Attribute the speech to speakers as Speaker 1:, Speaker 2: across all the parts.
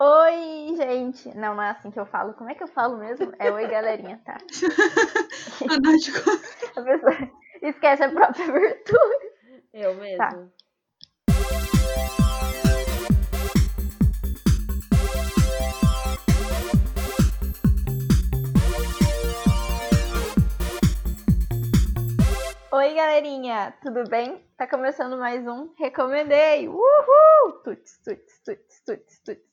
Speaker 1: Oi, gente! Não, não é assim que eu falo. Como é que eu falo mesmo? É oi, galerinha, tá?
Speaker 2: A Nath co-
Speaker 1: A pessoa esquece a própria virtude.
Speaker 3: Eu mesmo.
Speaker 1: Tá. Oi, galerinha! Tudo bem? Tá começando mais um Recomendei! Uhul! Tuts, tuts, tuts, tuts, tuts.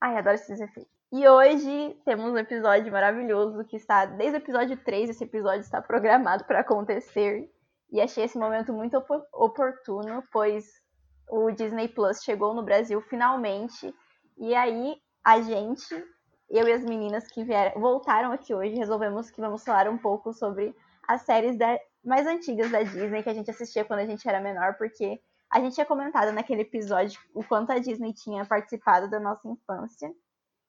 Speaker 1: Ai, adoro esses efeitos. E hoje temos um episódio maravilhoso que está desde o episódio 3. Esse episódio está programado para acontecer. E achei esse momento muito opo- oportuno, pois o Disney Plus chegou no Brasil finalmente. E aí a gente, eu e as meninas que vieram, voltaram aqui hoje, resolvemos que vamos falar um pouco sobre as séries da- mais antigas da Disney que a gente assistia quando a gente era menor, porque a gente tinha comentado naquele episódio o quanto a Disney tinha participado da nossa infância.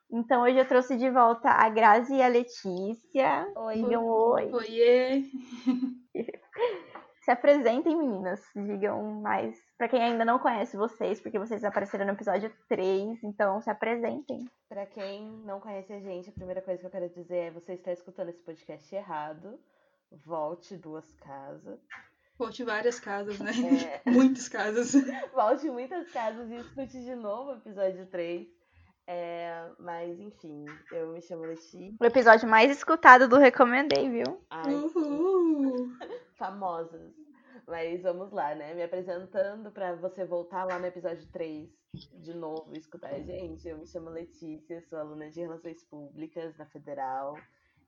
Speaker 1: Então hoje eu trouxe de volta a Grazi e a Letícia.
Speaker 3: Oi.
Speaker 1: Digam um oi.
Speaker 2: Oiê!
Speaker 1: Se apresentem, meninas. Digam mais. Pra quem ainda não conhece vocês, porque vocês apareceram no episódio 3, então se apresentem.
Speaker 3: Pra quem não conhece a gente, a primeira coisa que eu quero dizer é você está escutando esse podcast errado. Volte duas casas.
Speaker 2: Volte várias casas, né?
Speaker 3: É,
Speaker 2: Muitas casas.
Speaker 3: volte muitas casas e escute de novo o episódio 3. É, mas enfim, eu me chamo Leti.
Speaker 1: O episódio mais escutado do Recomendei, viu?
Speaker 3: Ai,
Speaker 2: Uhum. Uhul!
Speaker 3: famosas. Mas vamos lá, né? Me apresentando pra você voltar lá no episódio 3 de novo e escutar a gente. Eu me chamo Letícia, sou aluna de Relações Públicas na Federal.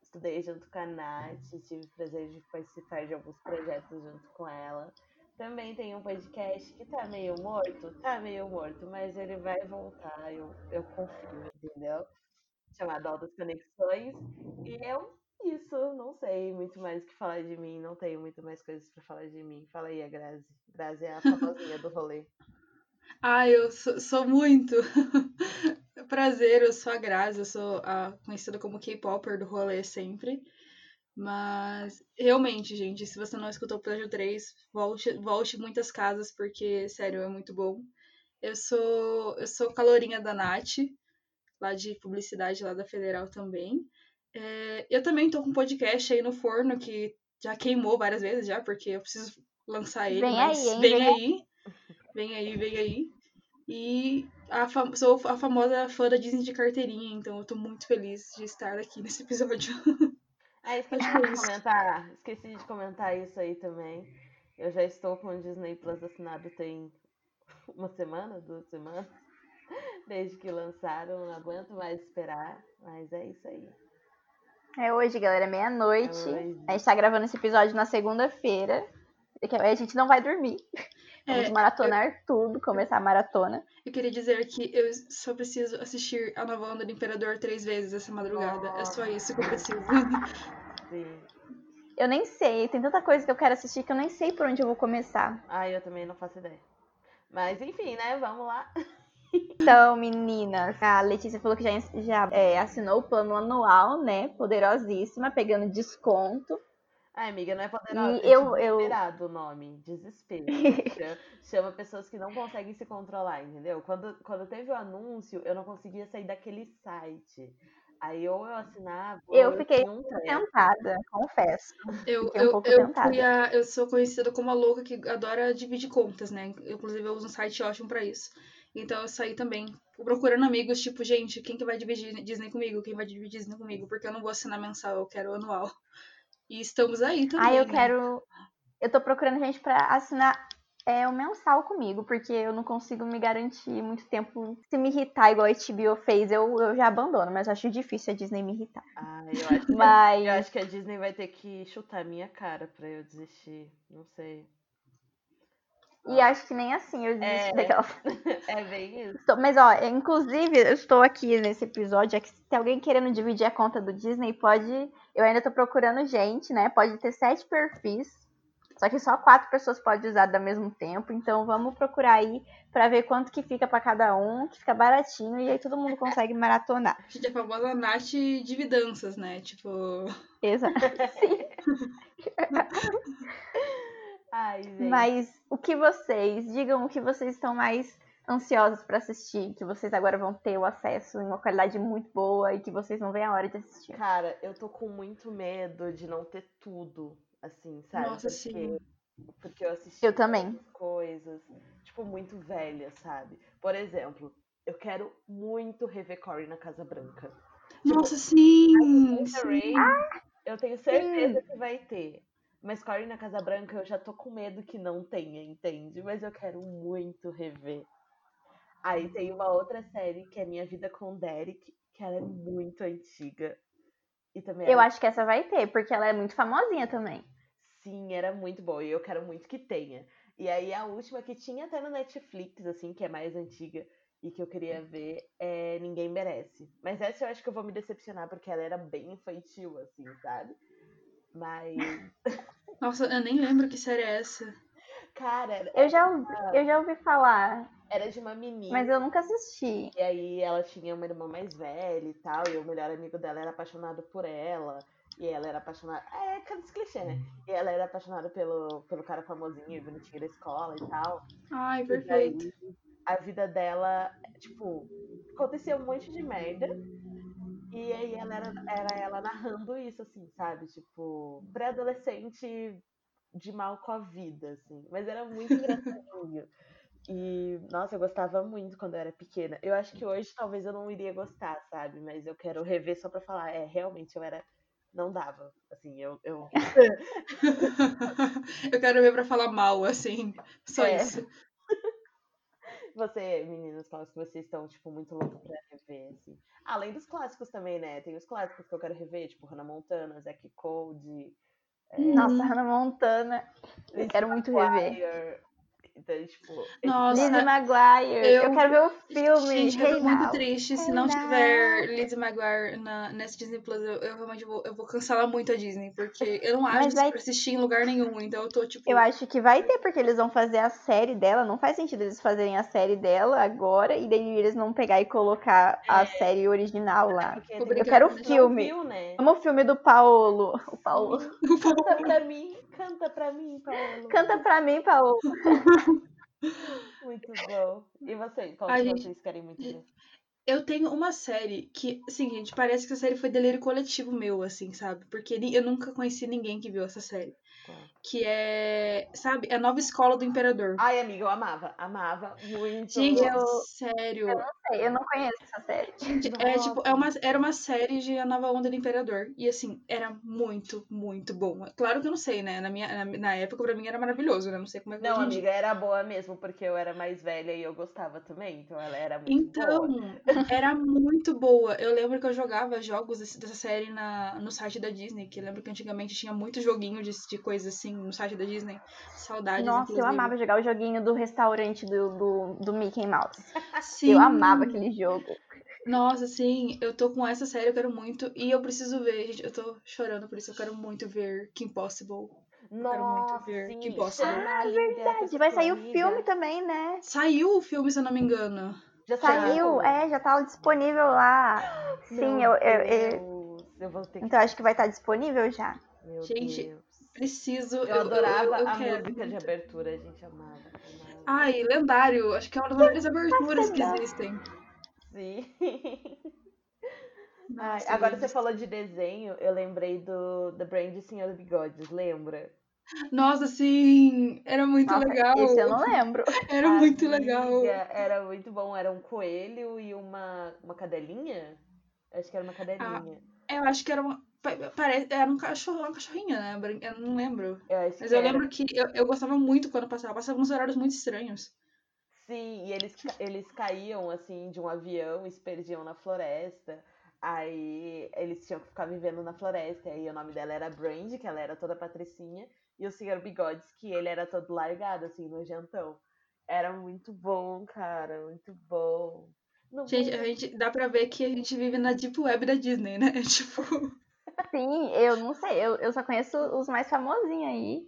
Speaker 3: Estudei junto com a Nath, tive o prazer de participar de alguns projetos junto com ela. Também tem um podcast que tá meio morto, tá meio morto, mas ele vai voltar, eu, eu confio, entendeu? Chamado Altas Conexões. E eu isso, não sei muito mais o que falar de mim, não tenho muito mais coisas pra falar de mim. Fala aí, a Grazi. Grazi é a famosinha do rolê.
Speaker 2: Ah, eu sou, sou muito. Prazer, eu sou a Grazi, eu sou a, conhecida como K-Popper do rolê sempre. Mas, realmente, gente, se você não escutou o episódio 3, volte, volte muitas casas, porque, sério, é muito bom. Eu sou, eu sou calorinha da Nath, lá de publicidade, lá da Federal também. É, eu também tô com um podcast aí no forno que já queimou várias vezes já, porque eu preciso lançar ele.
Speaker 1: Vem
Speaker 2: mas
Speaker 1: aí, hein,
Speaker 2: Vem
Speaker 1: vem
Speaker 2: aí. Vem aí, vem aí. E a fam- sou a famosa fã da Disney de carteirinha, então eu tô muito feliz de estar aqui nesse episódio.
Speaker 3: Ah, esqueci
Speaker 2: Acho que é
Speaker 3: de
Speaker 2: isso.
Speaker 3: comentar. Esqueci de comentar isso aí também. Eu já estou com o Disney Plus assinado tem uma semana, duas semanas. Desde que lançaram, não aguento mais esperar. Mas é isso aí.
Speaker 1: É hoje, galera, é meia-noite.
Speaker 3: Hoje.
Speaker 1: A gente tá gravando esse episódio na segunda-feira. porque A gente não vai dormir. Vamos
Speaker 2: É,
Speaker 1: maratonar tudo, começar a maratona.
Speaker 2: Eu queria dizer que eu só preciso assistir a nova onda do Imperador três vezes essa madrugada. É só isso que eu preciso.
Speaker 3: Sim.
Speaker 1: Eu nem sei, tem tanta coisa que eu quero assistir que eu nem sei por onde eu vou começar.
Speaker 3: Ah, eu também não faço ideia. Mas enfim, né? Vamos lá.
Speaker 1: Então, meninas, a Letícia falou que já, já é, assinou o plano anual, né? Poderosíssima, pegando desconto.
Speaker 3: Ai, amiga, não é poderosa.
Speaker 1: E
Speaker 3: é
Speaker 1: eu- eu-
Speaker 3: desesperado o nome. Desespero. chama, chama pessoas que não conseguem se controlar, entendeu? Quando, quando teve o anúncio, eu não conseguia sair daquele site. Aí ou eu assinava. ou
Speaker 1: Eu fiquei
Speaker 3: tinha um treco.
Speaker 1: Tentada, confesso.
Speaker 2: Eu,
Speaker 1: Fiquei um
Speaker 2: eu,
Speaker 1: pouco
Speaker 2: eu,
Speaker 1: tentada.
Speaker 2: fui a- eu sou conhecida como a louca que adora dividir contas, né? Inclusive, eu uso um site ótimo pra isso. Então, eu saí também procurando amigos, tipo, gente, quem que vai dividir Disney comigo? Quem vai dividir Disney comigo? Porque eu não vou assinar mensal, eu quero anual. E estamos aí também.
Speaker 1: Aí eu
Speaker 2: né?
Speaker 1: quero. Eu tô procurando gente pra assinar é, o mensal comigo, porque eu não consigo me garantir muito tempo. Se me irritar igual a HBO fez, eu, eu já abandono, mas acho difícil a Disney me irritar.
Speaker 3: Ai, eu acho, que,
Speaker 1: Mas.
Speaker 3: eu acho que a Disney vai ter que chutar a minha cara pra eu desistir. Não sei.
Speaker 1: E acho que nem assim eu desisti
Speaker 3: É.
Speaker 1: daquela.
Speaker 3: É bem isso.
Speaker 1: Tô- Mas ó, inclusive, eu estou aqui nesse episódio. É que se tem alguém querendo dividir a conta do Disney, pode. Eu ainda tô procurando gente, né? Pode ter sete perfis. Só que só quatro pessoas podem usar ao mesmo tempo. Então vamos procurar aí pra ver quanto que fica pra cada um, que fica baratinho, e aí todo mundo consegue maratonar.
Speaker 2: A gente é a famosa Nath de vidanças, né? Tipo,
Speaker 1: Exato.
Speaker 3: Ai, gente.
Speaker 1: Mas o que vocês, digam o que vocês estão mais ansiosos pra assistir, que vocês agora vão ter o acesso em uma qualidade muito boa e que vocês não veem a hora de assistir.
Speaker 3: Cara, eu tô com muito medo de não ter tudo, assim, sabe?
Speaker 2: Nossa, sim.
Speaker 3: Porque eu assisti
Speaker 1: Eu também.
Speaker 3: coisas, tipo, muito velhas, sabe? Por exemplo, eu quero muito rever Cory na Casa Branca.
Speaker 2: Nossa, Hum, sim!
Speaker 3: Rita
Speaker 2: sim.
Speaker 3: Ray, eu tenho certeza
Speaker 1: Hum.
Speaker 3: que vai ter. Mas Cory na Casa Branca eu já tô com medo que não tenha, entende? Mas eu quero muito rever. Aí tem uma outra série que é Minha Vida com o Derek, que ela é muito antiga. E também é
Speaker 1: Eu
Speaker 2: É.
Speaker 3: ela-
Speaker 1: acho que essa vai ter, porque ela é muito famosinha também.
Speaker 3: Sim, era muito boa e eu quero muito que tenha. E aí a última que tinha até no Netflix, assim, que é mais antiga e que eu queria ver é Ninguém Merece. Mas essa eu acho que eu vou me decepcionar porque ela era bem infantil, assim, sabe? Mas,
Speaker 2: Nossa, eu nem lembro que série é essa.
Speaker 3: cara, era-
Speaker 1: Eu já, ouvi-
Speaker 2: Ah.
Speaker 1: eu já ouvi falar,
Speaker 3: era de uma menina.
Speaker 1: mas eu nunca assisti.
Speaker 3: E aí ela tinha uma irmã mais velha e tal, e o melhor amigo dela era apaixonado por ela. E ela era apaixonada. É, aqueles clichê, né? E ela era apaixonada pelo, pelo cara famosinho e bonitinho da escola e tal.
Speaker 2: Ai,
Speaker 3: E daí,
Speaker 2: perfeito.
Speaker 3: a vida dela, tipo, acontecia um monte de merda. E aí ela era, era ela narrando isso, assim, sabe? Tipo, pré-adolescente de mal com a vida, assim. Mas era muito engraçadinho. E, nossa, eu gostava muito quando eu era pequena. Eu acho que hoje talvez eu não iria gostar, sabe? Mas eu quero rever só pra falar, é, realmente eu era. Não dava. Assim, eu, eu
Speaker 2: eu quero ver pra falar mal, assim. Só
Speaker 3: É.
Speaker 2: isso.
Speaker 3: Você, meninas, quais que vocês estão, tipo, muito loucos pra rever, assim. Além dos clássicos também, né? Tem os clássicos que eu quero rever, tipo, Hannah Montana, Zack Cold,
Speaker 2: Uhum.
Speaker 1: Nossa, Hannah Montana. Eu quero muito rever.
Speaker 3: Wire. Então, tipo,
Speaker 2: Nossa.
Speaker 1: Lizzie Maguire. Eu...
Speaker 2: eu-
Speaker 1: quero ver o filme.
Speaker 2: Gente, eu tô muito
Speaker 1: Reinaldo.
Speaker 2: triste se não
Speaker 1: Reinaldo.
Speaker 2: tiver Lizzie Maguire na, nesse Disney Plus. Eu, eu realmente vou, eu vou cancelar muito a Disney, porque eu não acho
Speaker 1: Mas
Speaker 2: isso
Speaker 1: vai-
Speaker 2: pra assistir em lugar nenhum. Então eu tô tipo.
Speaker 1: Eu acho que vai ter, porque eles vão fazer a série dela. Não faz sentido eles fazerem a série dela agora e daí eles vão pegar e colocar
Speaker 2: É.
Speaker 1: a série original lá.
Speaker 3: porque
Speaker 2: eu
Speaker 3: tem
Speaker 1: Eu
Speaker 2: Obrigada,
Speaker 1: quero o
Speaker 3: que não
Speaker 1: filme.
Speaker 3: viu, né?
Speaker 1: Amo o filme do Paulo. O Paulo.
Speaker 3: Canta pra mim, canta pra mim, Paulo.
Speaker 1: Canta pra mim, Paulo.
Speaker 3: Muito bom. E vocês, qual
Speaker 2: A
Speaker 3: que
Speaker 2: gente-
Speaker 3: vocês querem muito ver?
Speaker 2: Eu tenho uma série que, assim, gente, parece que a série foi delírio coletivo meu, assim, sabe? Porque ni- eu nunca conheci ninguém que viu essa série.
Speaker 1: Tá.
Speaker 3: Qual?
Speaker 2: Que é, sabe, a nova escola do imperador.
Speaker 3: Ai, amiga, eu amava, amava muito.
Speaker 2: Gente, é
Speaker 1: eu-
Speaker 2: sério.
Speaker 1: Eu não conheço essa série.
Speaker 2: Gente, é tipo, é uma, era uma série de A Nova Onda do Imperador. E assim, era muito, muito bom. Claro que eu não sei, né? Na, minha, na, na época, pra mim, era maravilhoso, né? Não sei como é que
Speaker 3: Não,
Speaker 2: hoje em dia.
Speaker 3: amiga, era boa mesmo, porque eu era mais velha e eu gostava também, então ela era
Speaker 1: é
Speaker 3: muito boa.
Speaker 2: Então, era muito boa. Eu lembro que eu jogava jogos desse- dessa série na, no site da Disney, que eu lembro que antigamente tinha muito joguinho de, de coisa assim no site da Disney. Saudades,
Speaker 1: Nossa, eu
Speaker 2: inclusive.
Speaker 1: amava jogar o joguinho do restaurante do, do, do Mickey Mouse.
Speaker 2: Sim.
Speaker 1: Eu amava aquele jogo.
Speaker 2: Assim, Nossa, sim, eu tô com essa série, eu quero muito. E eu preciso ver, gente. Eu tô chorando por isso, eu quero muito ver Kim Possible. quero muito
Speaker 3: Nossa,
Speaker 2: ver.
Speaker 3: sim.
Speaker 2: Que bosta, né?
Speaker 3: Ah, verdade.
Speaker 1: Gente, é Vai sair o filme também, né?
Speaker 2: Saiu o filme, se eu não me engano.
Speaker 3: Já
Speaker 1: Saiu, é, já tá disponível lá. Sim, eu, eu- eu-
Speaker 3: eu... eu vou ter que...
Speaker 1: Então acho que vai estar disponível já.
Speaker 3: Meu
Speaker 2: Gente,
Speaker 3: Deus.
Speaker 2: Preciso.
Speaker 3: Eu, adorava
Speaker 2: eu
Speaker 3: a
Speaker 2: quero. Ah,
Speaker 3: música de abertura, gente, amava. amava.
Speaker 2: Ai, lendário. Acho que é uma das melhores aberturas que
Speaker 1: lendário.
Speaker 2: existem.
Speaker 3: Sim. Ai,
Speaker 2: Nossa,
Speaker 3: agora
Speaker 2: gente.
Speaker 3: você falou de desenho, eu lembrei do The Brand Senhor Bigodes, lembra?
Speaker 2: Nossa, sim. Era muito
Speaker 1: Nossa,
Speaker 2: legal.
Speaker 1: Esse é eu não lembro.
Speaker 2: Era muito
Speaker 3: Amiga,
Speaker 2: legal.
Speaker 3: Era muito bom, era um coelho e uma, uma cadelinha? Acho que era
Speaker 2: Ah,
Speaker 3: uma cadelinha.
Speaker 2: Eu acho que era uma. pa- Parece, era um cachorro, uma cachorrinha, né? Bran- Eu não lembro.
Speaker 3: Eu acho
Speaker 2: Mas
Speaker 3: que
Speaker 2: eu
Speaker 3: era.
Speaker 2: lembro que eu, eu gostava muito quando passava. Passava uns horários muito estranhos.
Speaker 3: Sim, e eles, ca- eles caíam assim de um avião e se perdiam na floresta. Aí eles tinham que ficar vivendo na floresta. E aí o nome dela era Brand, que ela era toda patricinha, e o senhor Bigodes, que ele era todo largado, assim, nojentão. Era muito bom, cara, muito bom. Não
Speaker 2: Gente,
Speaker 3: vem-
Speaker 2: a gente dá pra ver que a gente vive na Deep Web da Disney, né? Tipo.
Speaker 1: Sim, eu não sei. Eu, eu só conheço os mais famosinhos aí.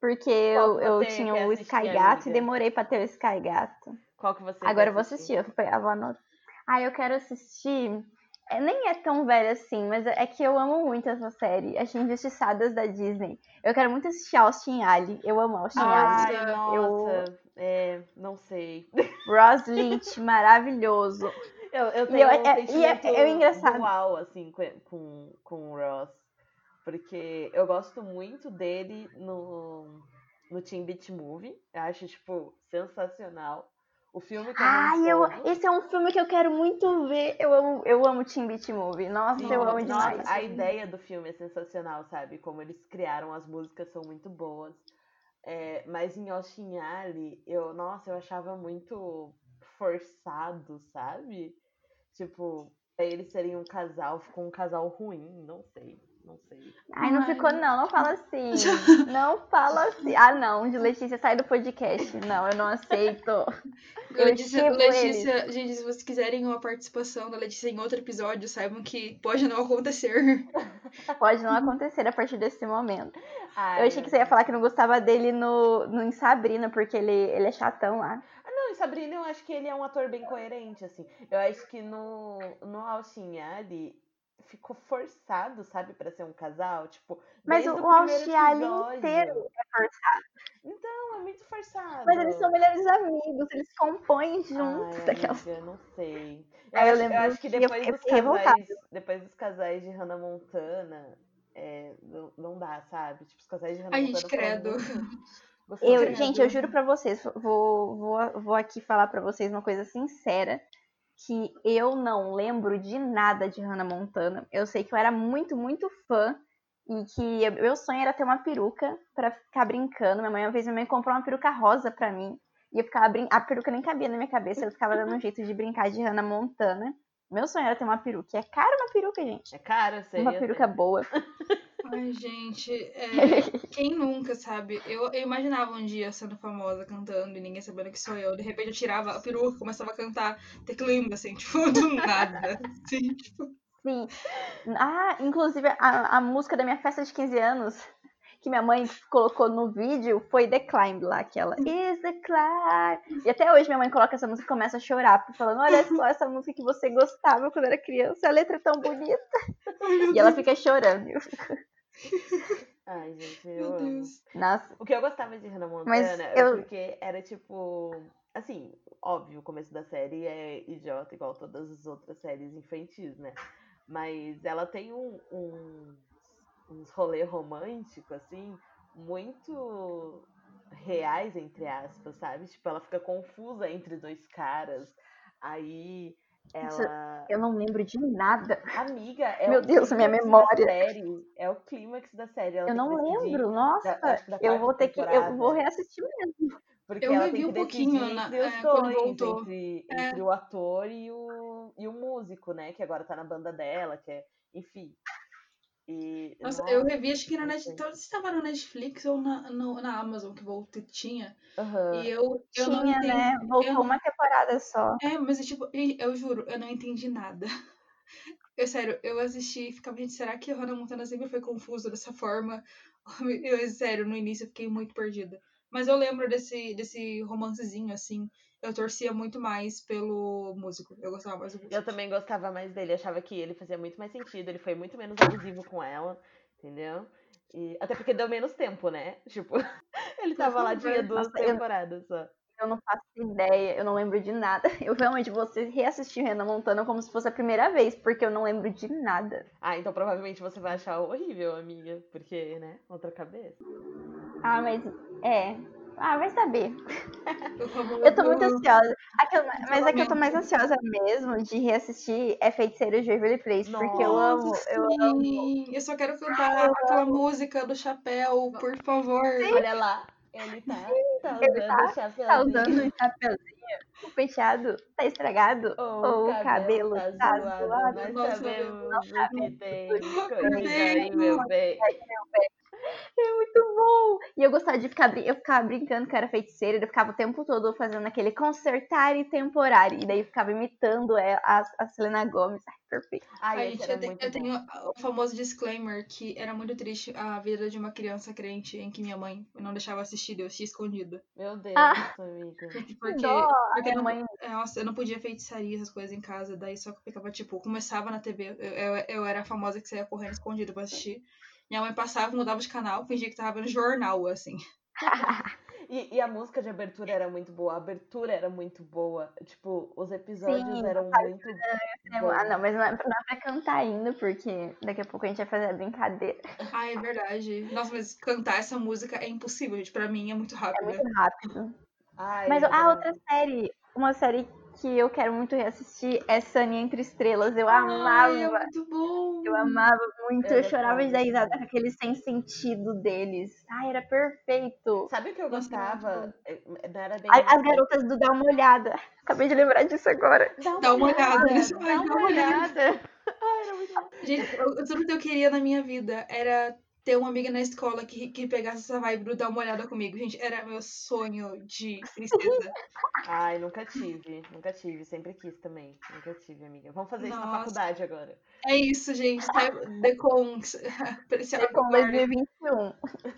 Speaker 1: Porque
Speaker 3: Qual
Speaker 1: eu,
Speaker 3: que
Speaker 1: eu
Speaker 3: você
Speaker 1: tinha
Speaker 3: quer
Speaker 1: o
Speaker 3: assistir,
Speaker 1: Sky Gato e
Speaker 3: amiga?
Speaker 1: demorei pra ter o Sky Gato.
Speaker 3: qual que você
Speaker 1: Agora eu
Speaker 3: quer
Speaker 1: vou assistir, eu vou pegar, vou anotar. Ah, eu quero assistir. É, nem é tão velha assim, mas é é que eu amo muito essa série. Achei Injustiçadas da Disney. Eu quero muito assistir Austin Alley. Eu amo Austin
Speaker 2: Ai,
Speaker 1: Alley.
Speaker 3: Ai, nossa,
Speaker 1: eu-
Speaker 3: É, não sei.
Speaker 1: Ross Lynch, maravilhoso.
Speaker 3: Eu, eu
Speaker 1: E
Speaker 3: tenho
Speaker 1: eu- é-
Speaker 3: um
Speaker 1: e é-
Speaker 3: sentimento
Speaker 1: é engraçado.
Speaker 3: dual, assim, com, com, com o Ross. Porque eu gosto muito dele no, no Team Beat Movie. Eu acho, tipo, sensacional. O filme como um
Speaker 1: Ai, eu,
Speaker 3: todo.
Speaker 1: esse é um filme que eu quero muito ver. Eu amo, eu amo Teen Beat Movie. Nossa,
Speaker 3: Sim,
Speaker 1: eu amo
Speaker 3: nossa,
Speaker 1: demais.
Speaker 3: A ideia do filme é sensacional, sabe? Como eles criaram as músicas são muito boas. É, mas em Austin Alley, eu, nossa, eu achava muito forçado, sabe? Tipo, pra eles serem um casal, ficou um casal ruim, não sei, não sei.
Speaker 1: Ai, não
Speaker 2: Ai.
Speaker 1: ficou, não. Não fala assim. Não fala assim. Ah, não. De Letícia, sai do podcast. Não, eu não aceito. Eu
Speaker 2: Letícia,
Speaker 1: chego
Speaker 2: Letícia gente, se vocês quiserem uma participação da Letícia em outro episódio, saibam que pode não acontecer.
Speaker 1: Pode não acontecer a partir desse momento.
Speaker 3: Ai,
Speaker 1: Eu achei que você ia
Speaker 3: meu
Speaker 1: falar que não gostava dele no, no em Sabrina, porque ele, ele é chatão lá.
Speaker 3: Ah, Não, e Sabrina, eu acho que ele é um ator bem coerente, assim. Eu acho que no, no Austin Alley ficou forçado, sabe, pra ser um casal. Tipo,
Speaker 1: Mas
Speaker 3: desde
Speaker 1: o Austin
Speaker 3: primeiro
Speaker 1: Alley
Speaker 3: episódio.
Speaker 1: inteiro é forçado.
Speaker 3: Então, é muito forçado.
Speaker 1: Mas eles são melhores amigos, eles compõem juntos.
Speaker 3: Ai, é.
Speaker 1: daquela-
Speaker 3: amiga, eu não sei. Eu,
Speaker 1: Aí eu
Speaker 3: acho,
Speaker 1: lembro
Speaker 3: acho que
Speaker 1: que eu
Speaker 3: depois
Speaker 1: fiquei
Speaker 3: dos
Speaker 1: revoltada.
Speaker 3: casais, depois dos casais de Hannah Montana, é, não, não dá, sabe? Tipo, os casais de Hannah
Speaker 2: Ai,
Speaker 3: Montana.
Speaker 2: gente,
Speaker 3: foram
Speaker 2: credo.
Speaker 3: muito- gostosos
Speaker 1: Eu,
Speaker 3: de
Speaker 1: gente, eu juro pra vocês, vou, vou, vou aqui falar pra vocês uma coisa sincera, que eu não lembro de nada de Hannah Montana. Eu sei que eu era muito, muito fã e que eu- meu sonho era ter uma peruca pra ficar brincando. Minha mãe uma vez minha mãe comprou uma peruca rosa pra mim e eu ficava brin... a peruca nem cabia na minha cabeça, eu ficava dando um jeito de brincar de Hannah Montana. Meu sonho era ter uma peruca. E é caro uma peruca, gente.
Speaker 3: É caro, seria.
Speaker 1: Uma peruca boa.
Speaker 2: Ai, gente, é, quem nunca, sabe? Eu, eu imaginava um dia sendo famosa cantando e ninguém sabendo que sou eu. De repente eu tirava a peruca, começava a cantar teclimba, assim, tipo, do nada. Assim, tipo,
Speaker 1: Sim. Ah, inclusive a, a música da minha festa de 15 anos, que minha mãe colocou no vídeo, foi The Climb lá, aquela.
Speaker 3: Uhum.
Speaker 1: Is the Climb. E até hoje minha mãe coloca essa música e começa a chorar, falando: Olha só essa música que você gostava quando era criança, a letra é tão bonita. E ela fica chorando.
Speaker 3: Ai, gente, eu
Speaker 2: meu
Speaker 3: amo.
Speaker 2: Deus.
Speaker 1: Nossa,
Speaker 3: O que eu gostava de Hannah Montana
Speaker 1: Mas
Speaker 3: é
Speaker 1: eu-
Speaker 3: porque era tipo. Assim, óbvio, o começo da série é idiota, igual todas as outras séries infantis, né? Mas ela tem um, um, uns rolê romântico, assim, muito reais, entre aspas, sabe? Tipo, ela fica confusa entre dois caras. Aí
Speaker 1: Nossa,
Speaker 3: ela.
Speaker 1: eu não lembro de nada.
Speaker 3: Amiga, é
Speaker 1: Meu
Speaker 3: o
Speaker 1: Deus, minha
Speaker 3: clímax da
Speaker 1: memória.
Speaker 3: série, é o clímax da série. ela
Speaker 1: Eu
Speaker 3: tem
Speaker 1: não
Speaker 3: que decidir
Speaker 1: lembro, nossa.
Speaker 3: da- acho que da
Speaker 1: Eu
Speaker 3: quarta
Speaker 1: vou ter que. Eu
Speaker 3: temporada.
Speaker 1: vou reassistir mesmo.
Speaker 3: Porque
Speaker 2: Eu
Speaker 3: ela
Speaker 2: revi
Speaker 3: tem que
Speaker 2: um pouquinho
Speaker 3: decidir
Speaker 2: na-
Speaker 3: entre os
Speaker 2: é, quando
Speaker 3: dois,
Speaker 2: voltou. É.
Speaker 3: entre, entre o ator e o, e o músico, né? Que agora tá na banda dela, que é. Enfim. E,
Speaker 2: Nossa, eu
Speaker 3: nossa,
Speaker 2: revi, acho que na
Speaker 3: gente.
Speaker 2: Netflix. Se tava na Netflix ou na, no- na Amazon que voltou, tinha.
Speaker 3: aham.
Speaker 2: E eu, eu não
Speaker 1: Tinha,
Speaker 2: entendi.
Speaker 1: né? Voltou
Speaker 2: não-
Speaker 1: uma temporada só.
Speaker 2: É, mas tipo, e- eu juro, eu não entendi nada. Eu, sério, eu assisti e ficava, gente, será que a Hannah Montana sempre foi confusa dessa forma? Eu, sério, no início eu fiquei muito perdida. Mas eu lembro desse, desse romancezinho, assim. Eu torcia muito mais pelo músico. Eu gostava mais do músico.
Speaker 3: Eu também gostava mais dele, achava que ele fazia muito mais sentido, ele foi muito menos abusivo com ela, entendeu? E, até porque deu menos tempo, né? Tipo, ele tava lá, tinha duas
Speaker 1: Nossa, eu-
Speaker 3: temporadas só.
Speaker 1: Eu não faço ideia, eu não lembro de nada. Eu realmente vou ser- reassistir Hannah Montana como se fosse a primeira vez, porque eu não lembro de nada.
Speaker 3: Ah, então provavelmente você vai achar horrível, amiga, porque, né? Outra cabeça.
Speaker 1: Ah, mas é. Ah, vai saber.
Speaker 2: Eu, tava-
Speaker 1: Eu tô muito
Speaker 2: eu-
Speaker 1: ansiosa. A que eu- mas a que eu tô mais ansiosa mesmo de reassistir é Feiticeiro de Waverly Place, porque eu
Speaker 2: Nossa,
Speaker 1: amo. Eu
Speaker 2: sim, eu só quero cantar aquela música do chapéu, por favor.
Speaker 3: Olha lá, ele tá, tá
Speaker 1: Ele
Speaker 3: usando
Speaker 1: tá-
Speaker 3: o chapéuzinho.
Speaker 1: tá usando o chapeuzinho, o penteado tá estragado.
Speaker 3: Ou
Speaker 1: Ou o cabelo tá zoado,
Speaker 3: Nós
Speaker 2: nós
Speaker 3: sabemos o que tem.
Speaker 2: Não
Speaker 3: Coisa aí,
Speaker 2: sabemos.
Speaker 3: meu bem.
Speaker 1: É muito bom! E eu gostava de ficar, brin- eu ficava brincando que eu era feiticeira, eu ficava o tempo todo fazendo aquele consertar e temporário. E daí eu ficava imitando é, a, a Selena Gomes. Ai, perfeito.
Speaker 3: Ai,
Speaker 2: Ai,
Speaker 3: Ah, esse
Speaker 2: gente,
Speaker 3: era
Speaker 2: eu, te-
Speaker 3: muito
Speaker 2: eu
Speaker 3: bom.
Speaker 2: tenho o famoso disclaimer que era muito triste a vida de uma criança crente em que minha mãe não deixava assistir, eu assistia escondida.
Speaker 3: Meu Deus,
Speaker 1: Ah.
Speaker 3: amiga.
Speaker 2: Porque,
Speaker 1: Dó,
Speaker 2: porque
Speaker 1: minha
Speaker 2: não-
Speaker 1: mãe.
Speaker 2: é, nossa, eu não podia feitiçaria essas coisas em casa, daí só que eu ficava, tipo, começava na TV, eu, eu, eu era a famosa que saía correndo escondida pra assistir. Minha mãe passava, mudava de canal, fingia que tava vendo jornal, assim.
Speaker 3: E, e a música de abertura era muito boa, a abertura era muito boa. Tipo, os episódios
Speaker 1: Sim,
Speaker 3: eram
Speaker 1: a parte
Speaker 3: muito
Speaker 1: Ah, não, mas não é, não é pra cantar ainda, porque daqui a pouco a gente vai fazer a brincadeira.
Speaker 2: Ah, é verdade. Nossa, mas cantar essa música é impossível, gente. Pra mim é muito
Speaker 1: É
Speaker 2: rápida.
Speaker 1: muito rápido.
Speaker 3: Ai,
Speaker 1: Mas ah,
Speaker 3: não.
Speaker 1: outra série, uma série que eu quero muito reassistir é Sunny Entre Estrelas. Eu
Speaker 2: Ai, é
Speaker 1: amava,
Speaker 2: muito bom.
Speaker 1: eu amava muito,
Speaker 3: Eu
Speaker 1: eu chorava de dar
Speaker 3: gostava
Speaker 1: risada com aquele sem sentido deles. Ai, era perfeito.
Speaker 3: Sabe o que eu
Speaker 2: Nossa, era muito
Speaker 3: gostava? Eh, Não era bem.
Speaker 1: A- As
Speaker 3: isso.
Speaker 1: garotas do Dá Uma Olhada. Acabei de lembrar disso agora.
Speaker 2: Dá
Speaker 3: né?
Speaker 2: uma olhada né? nisso. Ai,
Speaker 3: Dá uma olhada. Ai, era muito bom.
Speaker 2: Gente, eu, tudo que eu queria na minha vida era ter uma amiga na escola que, que pegasse essa vibe do dar uma olhada comigo. Gente, era meu sonho de princesa.
Speaker 3: Ai, nunca tive, nunca tive, sempre quis também. Nunca tive, amiga. Vamos fazer isso na
Speaker 2: Nossa.
Speaker 3: faculdade agora.
Speaker 2: É isso, gente. Saiba- The Cons. Se
Speaker 1: É Com 2021.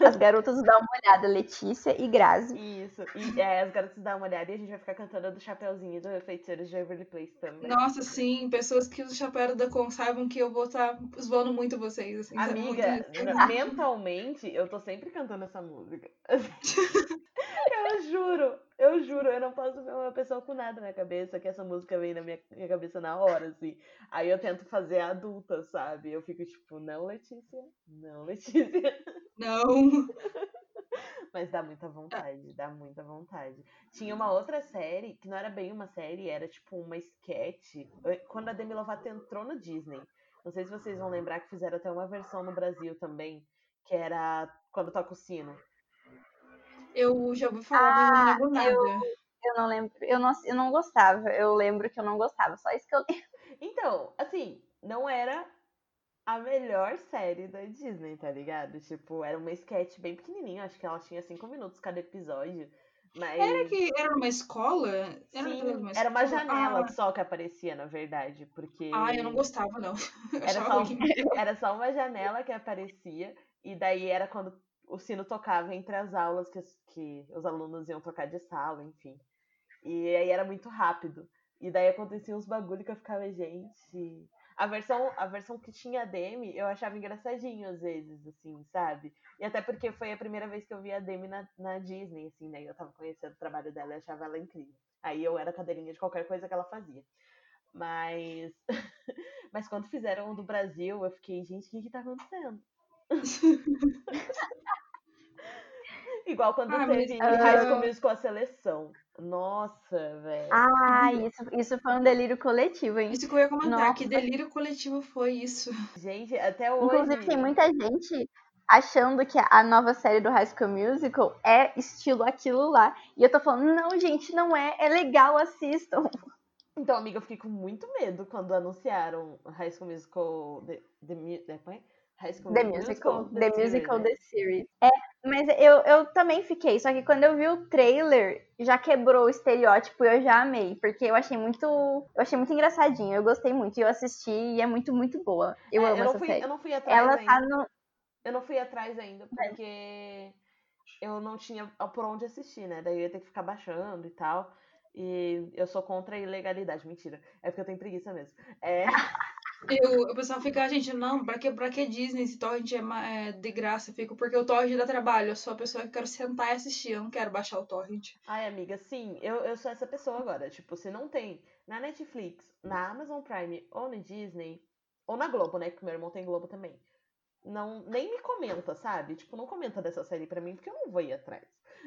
Speaker 1: As garotas do Dá Uma Olhada, Letícia e Grazi.
Speaker 3: Isso. E é, as garotas dão uma olhada e a gente vai ficar cantando do Chapeuzinho e do Feiticeiro de Everly Place também.
Speaker 2: Nossa, sim, pessoas que usam chapéu da Con saibam que eu vou estar zoando muito vocês. Assim, sabe? Muito
Speaker 3: Amiga,
Speaker 2: isso.
Speaker 3: na- mentalmente, eu tô sempre cantando essa música. eu juro, eu juro, eu não posso ver uma pessoa com nada na cabeça, que essa música vem na minha, minha cabeça na hora, assim. Aí eu tento fazer a adulta, sabe? Eu fico tipo, não, Letícia, não, Letícia.
Speaker 2: Não.
Speaker 3: Mas dá muita vontade, dá muita vontade. Tinha uma outra série, que não era bem uma série, era tipo uma esquete, quando a Demi Lovato entrou no Disney. Não sei se vocês vão lembrar que fizeram até uma versão no Brasil também, que era quando toca o sino.
Speaker 2: Eu já ouvi falar, mas eu não
Speaker 3: Ah,
Speaker 2: lembro nada.
Speaker 1: Eu não lembro, eu não, eu não gostava. Eu lembro que eu não gostava, só isso que eu lembro.
Speaker 3: Então, assim, não era a melhor série da Disney, tá ligado? Tipo, era uma sketch bem pequenininha, acho que ela tinha cinco minutos cada episódio. Mas
Speaker 2: Era que era uma escola? Era,
Speaker 3: sim,
Speaker 2: uma
Speaker 3: era uma
Speaker 2: escola?
Speaker 3: janela só que aparecia, na verdade, porque
Speaker 2: Ah, ah, eu não gostava, não. Eu
Speaker 3: Era
Speaker 2: achava
Speaker 3: só- um
Speaker 2: ruim.
Speaker 3: era só uma janela que aparecia e daí era quando o sino tocava entre as aulas que, os- que os alunos iam tocar de sala, enfim. E aí era muito rápido. E daí acontecia uns bagulho que eu ficava, gente. A versão, a versão que tinha a Demi, eu achava engraçadinho às vezes, assim, sabe? E até porque foi a primeira vez que eu vi a Demi na, na Disney, assim, né? Eu tava conhecendo o trabalho dela e achava ela incrível. Aí eu era cadeirinha de qualquer coisa que ela fazia. Mas. Mas quando fizeram o do Brasil, eu fiquei, gente, o que que tá acontecendo? Igual quando
Speaker 2: Ah, mas-
Speaker 3: teve
Speaker 1: Ah.
Speaker 3: High School Musical a seleção. Nossa, velho.
Speaker 1: Ah, isso, isso foi um delírio coletivo, hein?
Speaker 2: Isso que eu ia comentar,
Speaker 1: Nossa.
Speaker 2: que delírio coletivo foi isso.
Speaker 3: Gente, até hoje.
Speaker 1: Inclusive, tem muita gente achando que a nova série do High School Musical é estilo aquilo lá. E eu tô falando, não, gente, não é. É legal, assistam.
Speaker 3: Então, amiga, eu fiquei com muito medo quando anunciaram High School Musical The, the, Mu- né, como é? High School
Speaker 1: The Musical, The
Speaker 3: Series,
Speaker 1: Musical,
Speaker 3: né?
Speaker 1: The Series. É, mas eu, eu também fiquei. Só que quando eu vi o trailer, já quebrou o estereótipo e eu já amei. Porque eu achei muito. Eu achei muito engraçadinho. Eu gostei muito. E eu assisti e é muito, muito boa. Eu
Speaker 3: É,
Speaker 1: amo
Speaker 3: não
Speaker 1: essa
Speaker 3: fui,
Speaker 1: série.
Speaker 3: Eu não fui atrás
Speaker 1: Ela
Speaker 3: ainda.
Speaker 1: tá no.
Speaker 3: Eu não fui atrás ainda porque eu não tinha por onde assistir, né? Daí eu ia ter que ficar baixando e tal. E eu sou contra a ilegalidade, mentira. É porque eu tenho preguiça mesmo. É,
Speaker 2: Eu, o pessoal fica, "Ah, gente, não, pra que, pra que Disney? Esse torrent é, ma- é de graça, eu fico, porque o torrent dá trabalho. Eu sou a pessoa que quero sentar e assistir, eu não quero baixar o torrent.
Speaker 3: Ai, amiga, sim, eu, eu sou essa pessoa agora. Tipo, se não tem na Netflix, na Amazon Prime ou no Disney, ou na Globo, né? Que meu irmão tem Globo também. Não, nem me comenta, sabe? Tipo, não comenta dessa série pra mim, porque eu não vou ir atrás.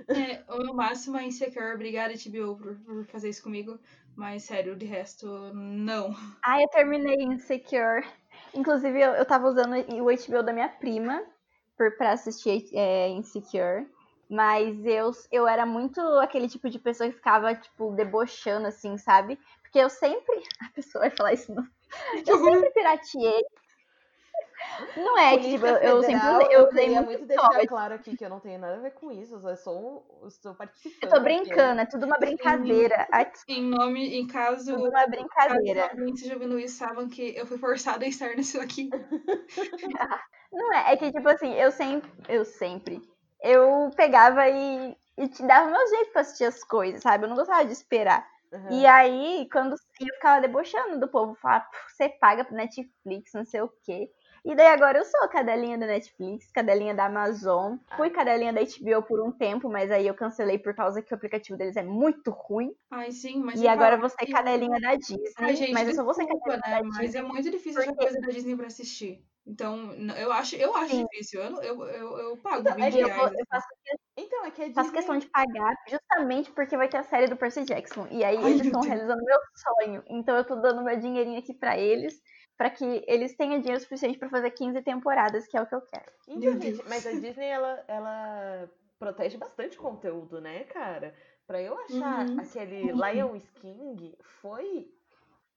Speaker 2: É, o meu máximo é Insecure, obrigada, TBO, por, por fazer isso comigo. Mas, sério, de resto, não.
Speaker 1: Ah, eu terminei Insecure. Inclusive, eu, eu tava usando o HBO da minha prima por, pra assistir é, Insecure. Mas eu, eu era muito aquele tipo de pessoa que ficava, tipo, debochando, assim, sabe? Porque eu sempre. A pessoa vai falar isso não. Eu sempre pirateei. Não é, que, tipo, eu, eu sempre
Speaker 3: Federal,
Speaker 1: usei, eu usei
Speaker 3: queria
Speaker 1: muito.
Speaker 3: muito deixar
Speaker 1: toque.
Speaker 3: claro aqui que eu não tenho nada a ver com isso, eu só sou, um- eu estou
Speaker 1: Eu
Speaker 3: participando.
Speaker 1: tô
Speaker 3: aqui.
Speaker 1: brincando, é tudo uma brincadeira. Aqui,
Speaker 2: Em nome, em caso.
Speaker 1: tudo uma brincadeira.
Speaker 2: Caso alguém esteja ouvindo isso, saibam que eu fui forçada a estar nisso aqui.
Speaker 1: Não é, é que tipo assim, eu sempre, eu sempre, eu pegava e, e te dava o meu jeito pra assistir as coisas, sabe? Eu não gostava de esperar.
Speaker 2: É.
Speaker 3: Aham.
Speaker 1: E aí, quando e eu ficava debochando do povo, falava, "Pô, você paga pro Netflix, não sei o quê. E daí agora eu sou cadelinha da Netflix, cadelinha da Amazon.
Speaker 2: Ah.
Speaker 1: Fui cadelinha da HBO por um tempo, mas aí eu cancelei por causa que o aplicativo deles é muito ruim.
Speaker 2: Ai, sim, mas.
Speaker 1: e
Speaker 2: eu
Speaker 1: agora
Speaker 2: falo
Speaker 1: vou ser
Speaker 2: que-
Speaker 1: cadelinha da Disney.
Speaker 2: Ai, gente,
Speaker 1: mas eu só vou ser
Speaker 2: desculpa,
Speaker 1: cadelinha
Speaker 2: né?
Speaker 1: da
Speaker 2: Mas
Speaker 1: Disney.
Speaker 2: é muito difícil achar
Speaker 1: porque-
Speaker 2: coisa da Disney pra assistir. Então, n- eu acho, eu acho
Speaker 1: Sim.
Speaker 2: difícil. Eu, não- eu, eu, eu pago
Speaker 3: Então, é
Speaker 2: 20
Speaker 1: E eu, vou-
Speaker 2: reais.
Speaker 1: eu faço,
Speaker 3: Então, é que a Disney.
Speaker 2: Uhum.
Speaker 1: faço questão de pagar justamente porque vai ter a série do Percy Jackson. E aí
Speaker 2: Ai,
Speaker 1: eles
Speaker 2: meu
Speaker 1: estão
Speaker 2: Deus.
Speaker 1: realizando meu sonho. Então eu tô dando meu dinheirinho aqui pra eles, pra que eles tenham dinheiro suficiente pra fazer 15 temporadas, que é o que eu quero.
Speaker 3: Então,
Speaker 2: Meu
Speaker 3: gente,
Speaker 2: Deus.
Speaker 3: mas a Disney, ela, ela protege bastante conteúdo, né, cara? Pra eu achar
Speaker 2: Uhum.
Speaker 3: aquele Lion King foi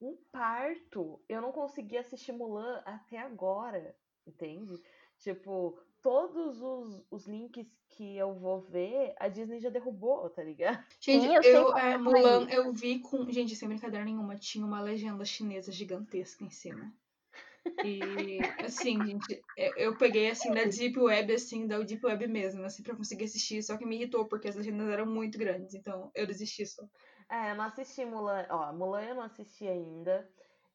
Speaker 3: um parto. Eu não consegui assistir Mulan até agora, entende? Tipo, todos os, os links que eu vou ver, a Disney já derrubou, tá ligado?
Speaker 2: Gente,
Speaker 1: Sim, eu
Speaker 2: eu,
Speaker 1: sei qual
Speaker 2: é,
Speaker 1: é, mas-
Speaker 2: Mulan, eu vi com. Gente, sem brincadeira nenhuma, tinha uma legenda chinesa gigantesca em cima. E, assim, gente, eu, eu peguei, assim, da Deep Web, assim, da Deep Web mesmo, assim, pra conseguir assistir. Só que me irritou, porque as legendas eram muito grandes. Então, eu desisti só.
Speaker 3: É, eu não assisti Mulan. Ó, Mulan eu não assisti ainda.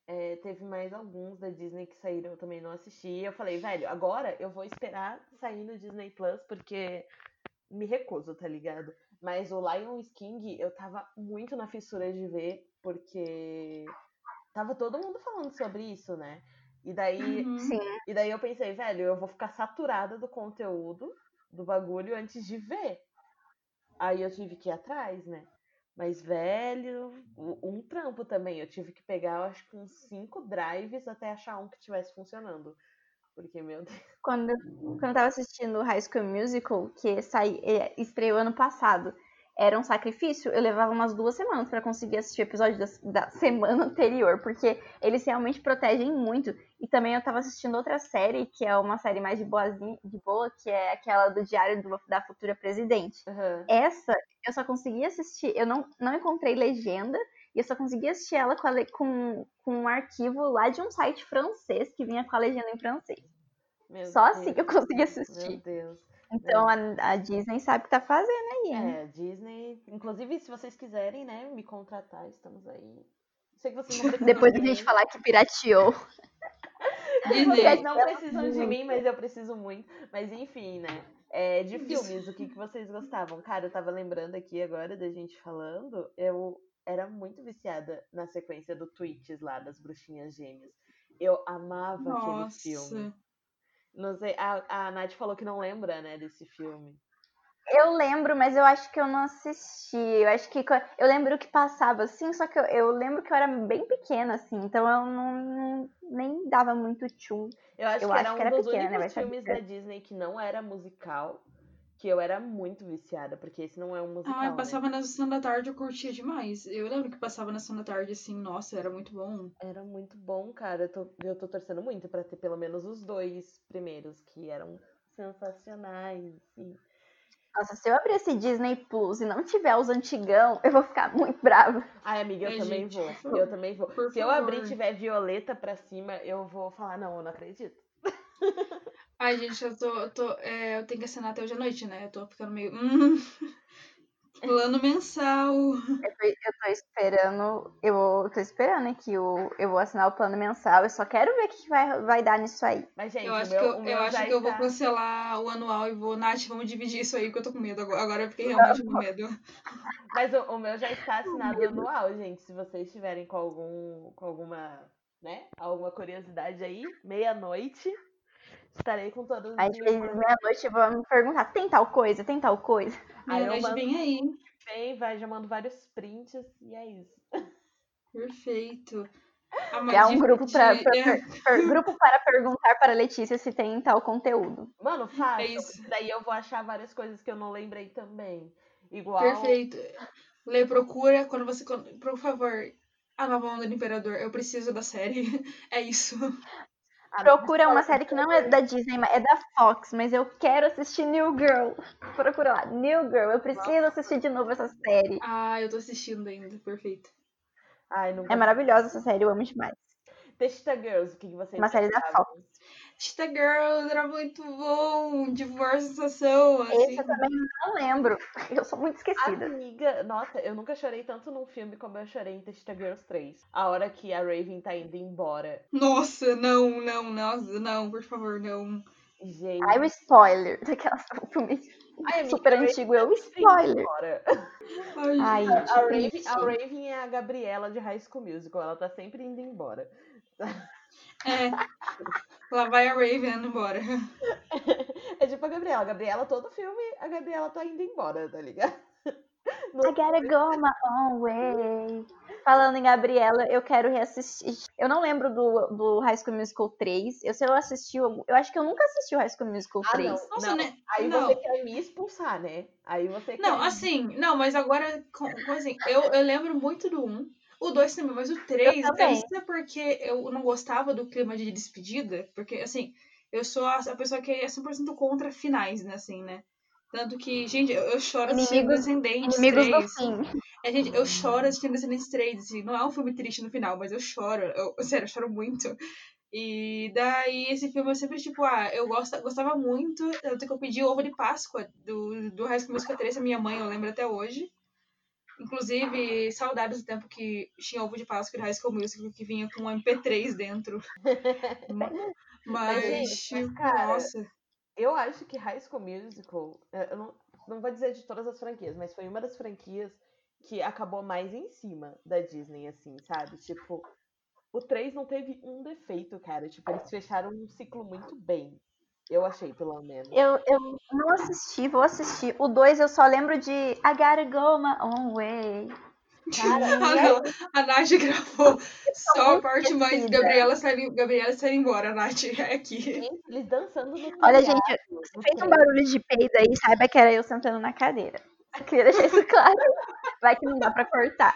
Speaker 3: É, teve mais alguns da Disney que saíram, eu também não assisti. E eu falei, velho, agora eu vou esperar sair no Disney Plus, porque me recuso, tá ligado? Mas o Lion King eu tava muito na fissura de ver, porque tava todo mundo falando sobre isso, né? E daí
Speaker 2: Uhum.
Speaker 1: Sim.
Speaker 3: e daí eu pensei, velho, eu vou ficar saturada do conteúdo, do bagulho, antes de ver. Aí eu tive que ir atrás, né? Mas, velho, u- um trampo também. Eu tive que pegar, eu acho que uns cinco drives até achar um que estivesse funcionando. Porque, meu Deus.
Speaker 1: Quando, quando eu tava assistindo High School Musical, que sai, é, estreou ano passado, era um sacrifício, eu levava umas duas semanas pra conseguir assistir o episódio da, da semana anterior, porque eles realmente protegem muito. E também eu tava assistindo outra série, que é uma série mais de, boazinha, de boa, que é aquela do Diário do- da Futura Presidente.
Speaker 3: Aham.
Speaker 1: Essa eu só consegui assistir, eu não, não encontrei legenda, e eu só consegui assistir ela com, a le- com, com um arquivo lá de um site francês que vinha com a legenda em francês.
Speaker 3: Meu
Speaker 1: Só assim que eu
Speaker 3: Deus,
Speaker 1: consegui
Speaker 3: Meu
Speaker 1: assistir.
Speaker 3: Deus.
Speaker 1: Então a, a Disney sabe o que tá fazendo aí, né?
Speaker 3: É, Disney. Inclusive, se vocês quiserem, né, me contratar, estamos aí. Sei que vocês não precisam
Speaker 1: Depois
Speaker 3: de
Speaker 1: da gente
Speaker 3: mim.
Speaker 1: falar que pirateou.
Speaker 2: Disney,
Speaker 1: é,
Speaker 3: Vocês não precisam de mim, mas eu preciso muito. Mas enfim, né? É, de
Speaker 2: Isso.
Speaker 3: filmes, o que, que vocês gostavam? Cara, eu tava lembrando aqui agora da gente falando, eu era muito viciada na sequência do tweets lá das bruxinhas gêmeas. Eu amava aquele filme.
Speaker 2: nossa.
Speaker 3: Não sei, a, a Nath falou que não lembra, né, desse filme.
Speaker 1: Eu lembro, mas eu acho que eu não assisti. Eu acho que. co- Eu lembro que passava assim, só que eu, eu lembro que eu era bem pequena, assim, então eu não, não- nem dava muito tchum.
Speaker 3: Eu acho
Speaker 1: Eu
Speaker 3: que
Speaker 1: acho
Speaker 3: era um
Speaker 1: que era
Speaker 3: dos
Speaker 1: pequena,
Speaker 3: únicos
Speaker 1: mas sabe
Speaker 3: filmes
Speaker 1: que-
Speaker 3: da Disney que não era musical, que eu era muito viciada, porque esse não é um musical.
Speaker 2: Ah, eu
Speaker 3: né?
Speaker 2: passava na sessão da tarde, eu curtia demais. Eu lembro que passava na sessão da tarde, assim, nossa, era muito bom.
Speaker 3: Era muito bom, cara. Eu tô, eu tô torcendo muito pra ter pelo menos os dois primeiros, que eram sensacionais. assim.
Speaker 1: Nossa, se eu abrir esse Disney Plus e não tiver os antigão, eu vou ficar muito brava.
Speaker 3: Ai, amiga, eu
Speaker 2: Ai,
Speaker 3: também
Speaker 2: gente, por
Speaker 3: vou.
Speaker 2: favor.
Speaker 3: Eu também vou.
Speaker 2: Por
Speaker 3: Se eu abrir e
Speaker 2: favor.
Speaker 3: tiver violeta pra cima, eu vou falar, não, eu não acredito.
Speaker 2: Ai, gente, eu tô. Eu, tô, é, eu tenho que assinar até hoje à noite, né? Eu tô ficando meio. Hum, plano mensal.
Speaker 1: Eu tô, eu tô esperando. Eu, vou- eu tô esperando né, que o, eu vou assinar o plano mensal. Eu só quero ver o que que vai, vai dar nisso aí.
Speaker 3: Mas, gente,
Speaker 2: eu acho
Speaker 3: o meu,
Speaker 2: que eu,
Speaker 3: o
Speaker 2: eu,
Speaker 3: meu já
Speaker 2: acho que eu vou
Speaker 3: está-
Speaker 2: cancelar o anual e vou. Nath, vamos dividir isso aí, porque eu tô com medo agora. Agora eu fiquei realmente com medo.
Speaker 3: Mas o, o meu já está assinado anual, gente. Se vocês tiverem com algum. com alguma. né? Alguma curiosidade aí, meia-noite. Estarei com todos os
Speaker 1: Aí,
Speaker 3: meus
Speaker 1: às meia-noite, vão me perguntar: tem tal coisa? Tem tal coisa?
Speaker 3: Aí eu
Speaker 2: Meia-noite
Speaker 3: mando-
Speaker 2: vem aí.
Speaker 3: bem, vai, já mando vários prints e é isso.
Speaker 2: Perfeito. Ah, mas
Speaker 1: Criar um
Speaker 2: de-
Speaker 1: grupo, pra,
Speaker 2: de-
Speaker 1: pra-
Speaker 2: é,
Speaker 1: per- per- grupo para perguntar para a Letícia se tem tal conteúdo.
Speaker 3: Mano, faça.
Speaker 2: isso.
Speaker 3: porque Daí eu vou achar várias coisas que eu não lembrei também. Igual.
Speaker 2: Perfeito. Lê, procura quando você. quando- Por favor, a nova onda do Imperador. Eu preciso da série. É isso.
Speaker 3: Ah, não,
Speaker 1: Procura uma série que não é da Disney, mas é da Fox, mas eu quero assistir New Girl. Procura lá, New Girl. Eu preciso assistir de novo essa série.
Speaker 2: Ah, eu tô assistindo ainda. Perfeito.
Speaker 3: Ai, não
Speaker 1: É maravilhosa essa série, eu amo demais.
Speaker 3: The Cheetah Girls, o que, que vocês
Speaker 1: Uma série da
Speaker 3: achavam?
Speaker 2: Cheetah Girls era muito bom, divórcio sensação, assim.
Speaker 1: Esse eu também não lembro. Eu sou muito
Speaker 2: Ah,
Speaker 1: esquecida.
Speaker 3: Amiga, nossa, eu nunca chorei tanto num filme como eu chorei em The Cheetah Girls 3. A hora que a Raven tá indo embora.
Speaker 2: Nossa, não, não, nossa, não, por favor, não.
Speaker 3: Gente.
Speaker 1: Ai, o spoiler daquelas filmes
Speaker 3: Ai, amiga,
Speaker 1: super
Speaker 3: a Raven
Speaker 1: antigo. Eu,
Speaker 3: tá indo
Speaker 1: spoiler.
Speaker 3: embora.
Speaker 2: Ai,
Speaker 1: Ai,
Speaker 2: gente.
Speaker 3: A Raven, a
Speaker 1: Triste.
Speaker 3: Raven é a Gabriela de High School Musical. Ela tá sempre indo embora.
Speaker 2: É. Lá vai a Raven embora.
Speaker 3: É tipo a Gabriela. A Gabriela, todo filme, a Gabriela tá indo embora, tá ligado?
Speaker 1: I gotta go my own way. Falando em Gabriela, eu quero reassistir. Eu não lembro do, do High School Musical 3. Eu sei eu assisti. algum- Eu acho que eu nunca assisti o High School Musical
Speaker 3: Ah,
Speaker 1: 3.
Speaker 3: não.
Speaker 2: Nossa, né?
Speaker 3: Aí
Speaker 2: não.
Speaker 3: você quer me expulsar, né? Aí você
Speaker 2: Não,
Speaker 3: quer.
Speaker 2: assim, não, mas agora, com- com assim, eu, eu lembro muito do 1, o 2 também, mas o 3, eu,
Speaker 1: também.
Speaker 2: não sei se é porque eu não gostava do clima de despedida, porque, assim, eu sou a, a pessoa que é 100% contra finais, né, assim, né? Tanto que, gente, eu, eu choro assim assistindo
Speaker 1: Inimigos-
Speaker 2: Descendentes
Speaker 1: Inimigos do
Speaker 2: 3.
Speaker 1: fim.
Speaker 2: É, gente, eu choro assistindo Descendentes 3, assim, não é um filme triste no final, mas eu choro, eu, sério, eu choro muito. E daí esse filme eu sempre, tipo, ah, eu gosto, gostava muito, tanto que eu pedi o ovo de Páscoa do, do High School Musical 3 pra minha mãe, eu lembro até hoje. Inclusive, saudades do tempo que tinha ovo de Páscoa do High School Musical que vinha com um MP3 dentro. Ma- Mas,
Speaker 3: Mas, gente, mas,
Speaker 2: tipo,
Speaker 3: cara,
Speaker 2: nossa.
Speaker 3: Eu acho que High School Musical, eh, eu não, não vou dizer de todas as franquias, mas foi uma das franquias que acabou mais em cima da Disney, assim, sabe? Tipo, o 3 não teve um defeito, cara. Tipo, eles fecharam um ciclo muito bem. Eu achei, pelo menos.
Speaker 1: Eu, eu não assisti, vou assistir. O 2 eu só lembro de I gotta go my own way.
Speaker 3: Cara,
Speaker 2: Ah, não. A Nath gravou só a
Speaker 1: muito
Speaker 2: parte mais.
Speaker 1: esquecida.
Speaker 2: Gabriela saiu, Gabriela saiu embora, a Nath é aqui.
Speaker 3: gente, eles dançando no
Speaker 1: Olha,
Speaker 3: telhado,
Speaker 1: gente,
Speaker 3: no
Speaker 1: se fez um
Speaker 3: trem.
Speaker 1: barulho de peido aí, saiba que era eu sentando na cadeira. Só queria deixar isso claro. Vai que não dá pra cortar.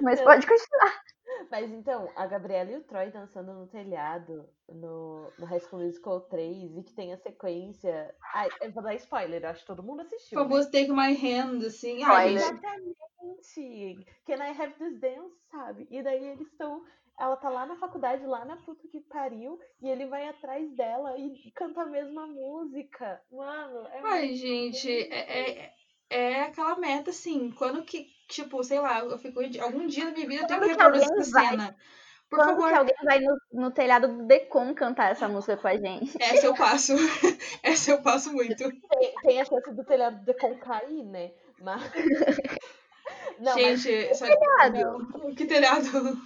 Speaker 1: Mas pode continuar.
Speaker 3: Mas então, a Gabriela e o Troy dançando no telhado no, no High School Musical 3 e que tem a sequência. Ai, eu vou dar spoiler, eu acho que todo mundo
Speaker 2: O
Speaker 3: assistiu. né?
Speaker 2: famoso Tipo, Take My Hand, assim.
Speaker 1: Olha.
Speaker 2: Ai, gente,
Speaker 3: Exatamente! Can I have this dance, sabe? E daí eles estão. Ela tá lá na faculdade, lá na puta que pariu, e ele vai atrás dela e canta a mesma música. Mano, é muito-
Speaker 2: ai, gente, é, é, é aquela meta, assim, quando que, tipo, sei lá, eu fico. Algum dia na minha vida eu tenho que
Speaker 1: Quando que alguém
Speaker 2: reproduzir essa
Speaker 1: vai?
Speaker 2: cena. Por
Speaker 1: Quando
Speaker 2: favor,
Speaker 1: que alguém vai no, no telhado do Decon cantar essa música com a gente?
Speaker 2: essa eu passo. essa eu passo muito.
Speaker 3: tem, tem a chance do telhado de cair, né? Mas. Não, mas
Speaker 2: gente, só...
Speaker 1: telhado?
Speaker 2: que telhado.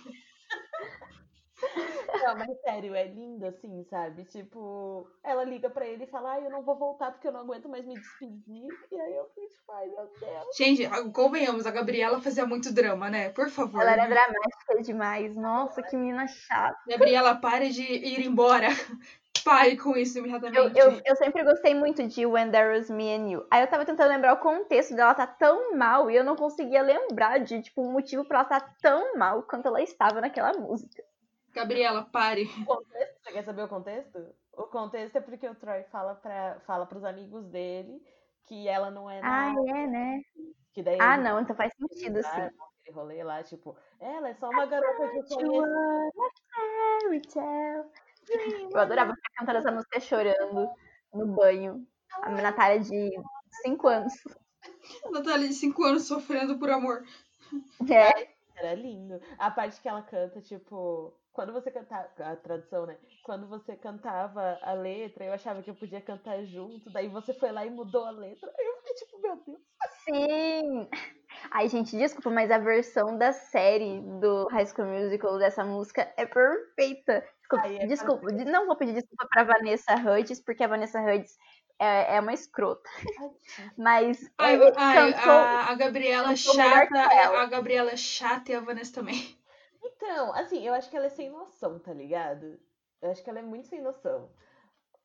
Speaker 3: Não, mas sério, é lindo assim, sabe? Tipo, ela liga pra ele e fala: Ai, eu não vou voltar porque eu não aguento mais me despedir. E aí eu fico tipo, ai meu Deus.
Speaker 2: Gente, convenhamos, a Gabriela fazia muito drama, né? Por favor.
Speaker 1: Ela era dramática demais. Nossa, que mina chata.
Speaker 2: Gabriela, pare de ir embora. Pare com isso
Speaker 1: Eu,
Speaker 2: imediatamente.
Speaker 1: eu, eu sempre gostei muito de When There Was Me and You. Aí eu tava tentando lembrar o contexto dela tá tão mal e eu não conseguia lembrar de, tipo, o motivo pra ela tá tão mal quanto ela estava naquela música.
Speaker 2: Gabriela, pare.
Speaker 3: O contexto, você quer saber o contexto? O contexto é porque o Troy fala, pra, fala pros amigos dele que ela não é
Speaker 1: Ah,
Speaker 3: nada.
Speaker 1: é, né?
Speaker 3: que daí
Speaker 1: Ah,
Speaker 3: eles
Speaker 1: não, então faz sentido,
Speaker 3: lá,
Speaker 1: sim.
Speaker 3: aquele rolê lá, tipo, ela é só uma garota que eu
Speaker 1: You
Speaker 3: conheço.
Speaker 1: are a fairy tale. Eu adorava ficar cantando essa música chorando no banho. A minha Natália de 5 anos.
Speaker 2: Natália de 5 tá anos sofrendo por amor.
Speaker 1: É.
Speaker 3: Era lindo. A parte que ela canta, tipo, quando você cantava. A tradução, né? Quando você cantava a letra, eu achava que eu podia cantar junto. Daí você foi lá e mudou a letra. Aí eu fiquei tipo, meu Deus.
Speaker 1: Sim! Ai, gente, desculpa, mas a versão da série do High School Musical dessa música é perfeita. Desculpa,
Speaker 3: Ai, é
Speaker 1: desculpa, de- não vou pedir desculpa pra Vanessa Hudgens, porque a Vanessa Hudgens é, é uma escrota. Mas
Speaker 2: Ai,
Speaker 1: ele
Speaker 2: ai,
Speaker 1: cantou.
Speaker 2: a, a Gabriela
Speaker 1: cantou melhor
Speaker 2: chata,
Speaker 1: que ela.
Speaker 2: a Gabriela é chata e a Vanessa também.
Speaker 3: Então, assim, eu acho que ela é sem noção, tá ligado? Eu acho que ela é muito sem noção.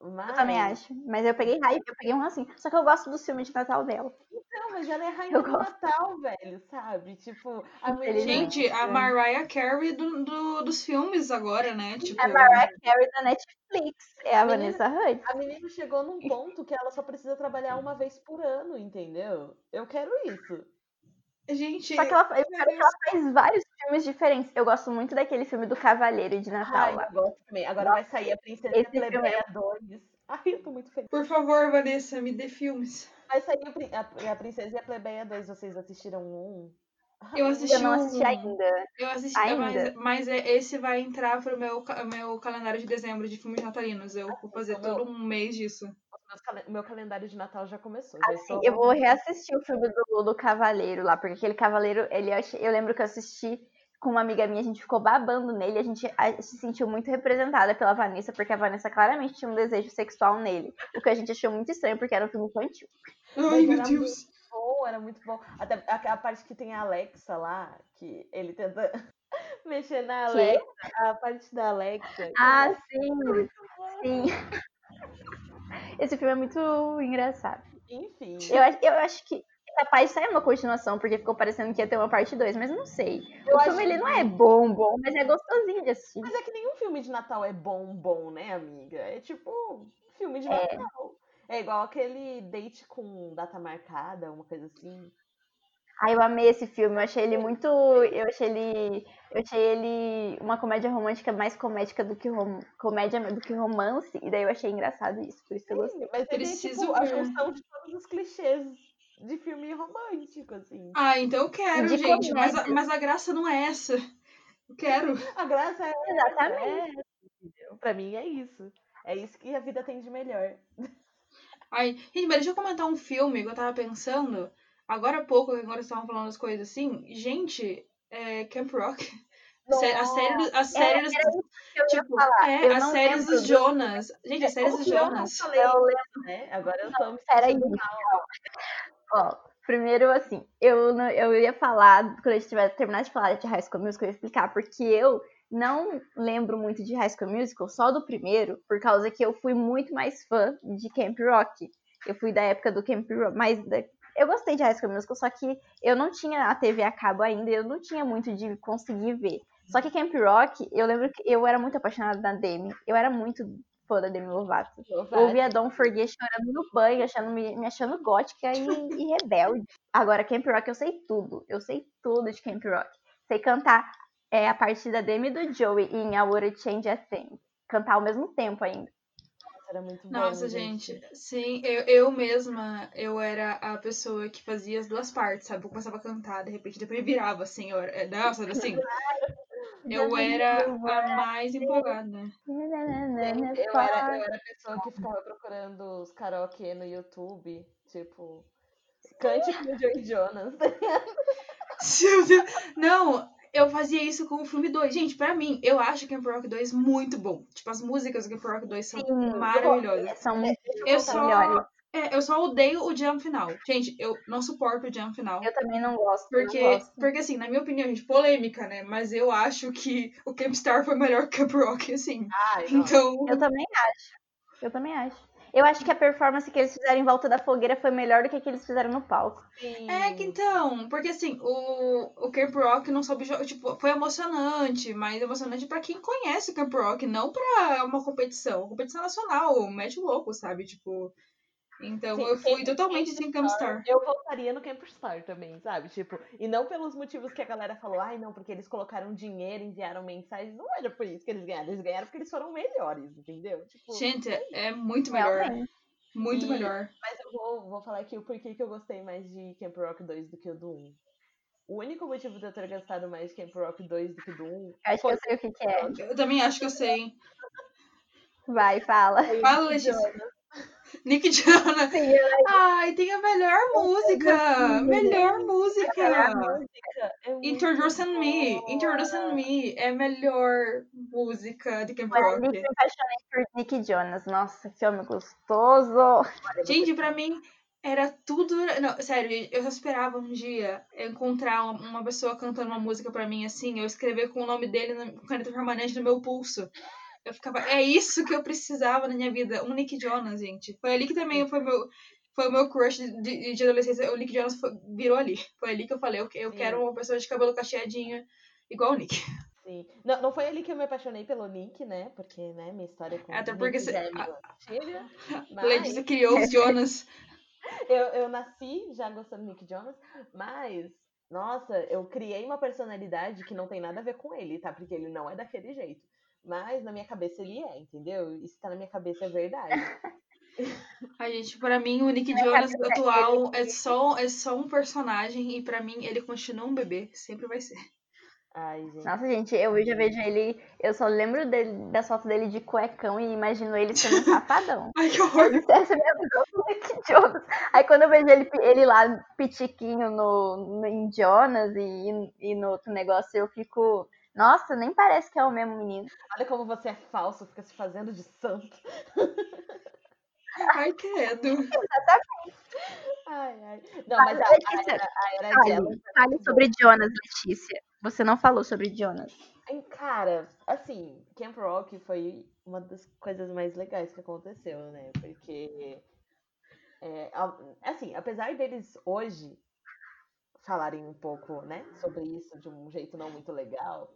Speaker 3: Mas...
Speaker 1: Eu também acho. Mas eu peguei raiva, eu peguei um assim. Só que eu gosto do filme de Natal dela.
Speaker 3: Não, mas ela é rainha do
Speaker 1: gosto.
Speaker 3: Natal, velho, sabe? Tipo, a mulher.
Speaker 1: Infelizmente.
Speaker 2: Gente, a Mariah Carey do, do- dos filmes agora, né? Tipo,
Speaker 1: É a Mariah Carey da Netflix. É a
Speaker 3: Menina-
Speaker 1: Vanessa Hudgens.
Speaker 3: A menina chegou num ponto que ela só precisa trabalhar uma vez por ano, entendeu? Eu quero isso.
Speaker 2: gente,
Speaker 1: Só que ela, eu quero que ela faz vários filmes diferentes. Eu gosto muito daquele filme do Cavaleiro de Natal.
Speaker 3: Ai,
Speaker 1: lá.
Speaker 3: Ah, eu gosto também. Agora vai sair a Princesa
Speaker 1: Esse
Speaker 3: Plebeia 2. é Ai, eu tô muito feliz.
Speaker 2: Por favor, Vanessa, me dê filmes.
Speaker 3: Vai sair o Prin- a, a Princesa e a Plebeia 2. Vocês assistiram um?
Speaker 2: Eu
Speaker 1: Eu
Speaker 2: assisti
Speaker 1: não
Speaker 2: um-
Speaker 1: assisti ainda.
Speaker 2: Eu assisti,
Speaker 1: Ainda?
Speaker 2: mas, mas é- esse vai entrar pro meu, ca- meu calendário de dezembro de filmes natalinos. Eu vou fazer
Speaker 1: tá
Speaker 3: então
Speaker 2: todo um mês disso.
Speaker 3: Meus calen- Meu calendário de Natal já começou. Já
Speaker 1: Assim,
Speaker 3: estou-
Speaker 1: eu vou reassistir o filme do, do Cavaleiro lá, porque aquele Cavaleiro, ele eu, achei- eu lembro que eu assisti com uma amiga minha, a gente ficou babando nele, a gente a- se sentiu muito representada pela Vanessa, porque a Vanessa claramente tinha um desejo sexual nele, o que a gente achou muito estranho, porque era um filme infantil.
Speaker 2: Ai, meu
Speaker 3: era
Speaker 2: Deus.
Speaker 3: bom, era muito bom. Até a, a parte que tem a Alexa lá, que ele tenta mexer na
Speaker 1: Que?
Speaker 3: Alexa, a parte da Alexa.
Speaker 1: Ah, sim! Sim. Esse filme é muito engraçado.
Speaker 3: Enfim.
Speaker 1: Eu, ach- eu acho que é capaz de sair uma continuação, porque ficou parecendo que ia ter uma parte 2, mas não sei.
Speaker 3: Eu
Speaker 1: o
Speaker 3: acho
Speaker 1: filme ele não é bom, bom, mas é gostosinho de assistir.
Speaker 3: Mas é que nenhum filme de Natal é bom, bom, né, amiga? É tipo filme de
Speaker 1: É.
Speaker 3: Natal. É igual aquele date com data marcada, uma coisa assim.
Speaker 1: Ai, eu amei esse filme, eu achei ele muito. Eu achei ele. Eu achei ele uma comédia romântica mais comédica do que rom, comédia do que romance. E daí eu achei engraçado isso, por isso que eu gostei.
Speaker 3: Sim, mas ele é
Speaker 2: Preciso
Speaker 3: tipo a
Speaker 2: ver.
Speaker 3: junção de todos os clichês de filme romântico, assim.
Speaker 2: Ah, então eu quero,
Speaker 1: De
Speaker 2: gente. Mas a,
Speaker 1: comédia.
Speaker 2: mas a graça não é essa. Eu quero.
Speaker 3: A graça é.
Speaker 1: Exatamente.
Speaker 3: é entendeu? pra mim é isso. É isso que a vida tem de melhor.
Speaker 2: Ai, gente, mas deixa eu comentar um filme que eu tava pensando. Agora há pouco, que agora vocês estavam falando as coisas assim. Gente, é Camp Rock. Sé- A série, do- a série
Speaker 1: é,
Speaker 2: dos.
Speaker 1: Eu ia
Speaker 2: Tipo,
Speaker 1: falar,
Speaker 2: é,
Speaker 1: eu
Speaker 2: as
Speaker 1: não
Speaker 2: séries
Speaker 1: lembro
Speaker 2: dos
Speaker 1: do- É,
Speaker 2: Jonas. Gente, as séries
Speaker 3: O
Speaker 2: dos
Speaker 3: que eu não
Speaker 2: Jonas.
Speaker 3: falei,
Speaker 1: Eu lembro,
Speaker 3: né? Agora eu tô me
Speaker 1: peraí.
Speaker 3: sentindo
Speaker 1: calma. Ó, primeiro, assim, eu, não- eu ia falar, quando a gente tiver terminado de falar de High School Musical, eu ia explicar, porque eu não lembro muito de High School Musical, só do primeiro, por causa que eu fui muito mais fã de Camp Rock. Eu fui da época do Camp Rock, mas da- eu gostei de High School Musical, só que eu não tinha a TV a cabo ainda, eu não tinha muito de conseguir ver. Só que Camp Rock, eu lembro que eu era muito apaixonada da Demi, eu era muito fã da Demi Lovato. Eu
Speaker 3: Lovato.
Speaker 1: ouvi a Don't Forget chorando no banho, achando, me, me achando gótica e, e rebelde. Agora, Camp Rock, eu sei tudo. Eu sei tudo de Camp Rock. Sei cantar é, a parte da Demi e do Joey e em I Would Change a Thing. Cantar ao mesmo tempo ainda.
Speaker 3: Era muito bom,
Speaker 2: Nossa, gente. Sim, eu, eu mesma, eu era a pessoa que fazia as duas partes, sabe? Eu começava a cantar, de repente depois virava, assim. Eu era, é, não, sabe assim? Eu era a mais empolgada.
Speaker 1: É,
Speaker 3: Eu era,
Speaker 1: assim,
Speaker 3: eu era a pessoa que ficava procurando os karaokê no YouTube, tipo, cante com o Joey Jonas.
Speaker 2: Meu Deus. Não, eu fazia isso com o filme 2. Gente, pra mim, eu acho Camp Rock 2 muito bom. Tipo, as músicas do Camp Rock 2 são
Speaker 1: Sim,
Speaker 2: maravilhosas.
Speaker 1: é, São muito
Speaker 2: Eu
Speaker 1: são
Speaker 2: só,
Speaker 1: melhores.
Speaker 2: é, eu só odeio o jam final. Gente, eu não suporto o jam final.
Speaker 1: Eu também não gosto. não
Speaker 2: Porque,
Speaker 1: gosto.
Speaker 2: porque, assim, na minha opinião, gente, polêmica, né? Mas eu acho que o Camp Star foi melhor que o Camp Rock, assim.
Speaker 3: Ai, nossa.
Speaker 2: Então,
Speaker 1: Eu também acho. Eu também acho. Eu acho que a performance que eles fizeram em volta da fogueira foi melhor do que a que eles fizeram no palco.
Speaker 3: assim,
Speaker 2: É que então, porque assim, o, o Camp Rock não soube jogar. Tipo, foi emocionante, mas emocionante pra quem conhece o Camp Rock, não pra uma competição. Uma competição nacional, mete o louco, sabe? Tipo. Então
Speaker 3: Sim,
Speaker 2: eu fui
Speaker 3: Camp-
Speaker 2: totalmente sem Camp Star.
Speaker 3: Eu voltaria no Camp Star também, sabe? Tipo, e não pelos motivos que a galera falou, ai não, porque eles colocaram dinheiro, enviaram mensagens. Não era por isso que eles ganharam, eles ganharam porque eles foram melhores, entendeu? Tipo,
Speaker 2: Gente, é muito melhor.
Speaker 1: Realmente.
Speaker 2: Muito
Speaker 3: E-
Speaker 2: melhor.
Speaker 3: Mas eu vou, vou falar aqui o porquê que eu gostei mais de Camp Rock 2 do que o do 1. O único motivo de eu ter gostado mais de Camp Rock 2 do que do 1
Speaker 1: Eu acho que eu sei o que, que é.
Speaker 2: Eu também acho que eu sei. hein?
Speaker 1: Vai, fala.
Speaker 3: foi o
Speaker 2: Fala,
Speaker 3: Nick
Speaker 2: Letícia.
Speaker 3: Jonas.
Speaker 2: Nick Jonas.
Speaker 1: Sim, eu
Speaker 2: Ai, tem a melhor música! Melhor
Speaker 3: A
Speaker 2: música!
Speaker 3: música é muito
Speaker 2: Introducing Me!
Speaker 3: boa.
Speaker 2: Introducing Me é a melhor música de Camp
Speaker 1: Olha, Nick,
Speaker 2: Rock.
Speaker 1: me apaixonei por Nick Jonas. Nossa, que homem gostoso.
Speaker 2: Gente, pra mim era tudo. Não, sério, gente, eu só esperava um dia eu encontrar uma- uma pessoa cantando uma música pra mim assim, eu escrever com o nome dele na com caneta permanente no meu pulso. Eu ficava, é isso que eu precisava na minha vida, um Nick Jonas, gente. Foi ali que também foi meu foi o meu crush de, de- de adolescência, o Nick Jonas foi- virou ali. Foi ali que eu falei, eu, eu
Speaker 3: Sim.
Speaker 2: quero uma pessoa de cabelo cacheadinho igual o Nick.
Speaker 3: Sim. Não, não foi ali que eu me apaixonei pelo Nick, né? Porque, né, minha história com
Speaker 2: Até
Speaker 3: o
Speaker 2: porque
Speaker 3: Nick
Speaker 2: cê-
Speaker 3: já é meio antiga, mas é.
Speaker 2: Letícia criou os Jonas.
Speaker 3: eu, eu nasci já gostando do Nick Jonas, mas nossa, eu criei uma personalidade que não tem nada a ver com ele, tá? Porque ele não é daquele jeito. Mas na minha cabeça ele é, entendeu? Isso tá na minha cabeça é verdade.
Speaker 2: A gente, pra mim, o Nick Jonas atual é só, é só um personagem e pra mim ele continua um bebê. Sempre vai ser.
Speaker 3: Ai, gente.
Speaker 1: Nossa, gente, eu já vejo ele. Eu só lembro dele, das fotos dele de cuecão e imagino ele sendo um safadão.
Speaker 2: Ai, que horror.
Speaker 1: Essa é a minha visão do Nick Jonas. Aí quando eu vejo ele, ele lá, pitiquinho no, no, em Jonas e, e no outro negócio, eu fico. Nossa, nem parece que é o mesmo menino.
Speaker 3: Olha como você é falso, fica se fazendo de santo.
Speaker 2: Ai, credo.
Speaker 3: Ai, ai. Não, mas
Speaker 2: é
Speaker 3: a, a, era- a era dela.
Speaker 1: Fale, fale sobre Jonas, Letícia. Você não falou sobre Jonas.
Speaker 3: Ai, Cara, assim, Camp Rock foi uma das coisas mais legais que aconteceu, né? Porque, é, a- assim, apesar deles hoje falarem um pouco, né, sobre isso de um jeito não muito legal,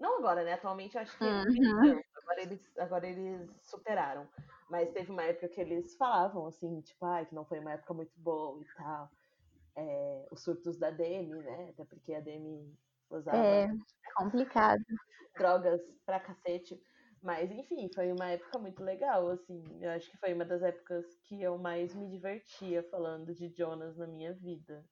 Speaker 3: não agora, né? Atualmente eu acho que eles
Speaker 1: Uhum.
Speaker 3: venceram, agora, eles, agora eles superaram. Mas teve uma época que eles falavam, assim, tipo, ai, que não foi uma época muito boa e tal. É, os surtos da Demi, né? Até porque a Demi usava
Speaker 1: É complicado.
Speaker 3: drogas pra cacete. Mas, enfim, foi uma época muito legal, assim. Eu acho que foi uma das épocas que eu mais me divertia falando de Jonas na minha vida.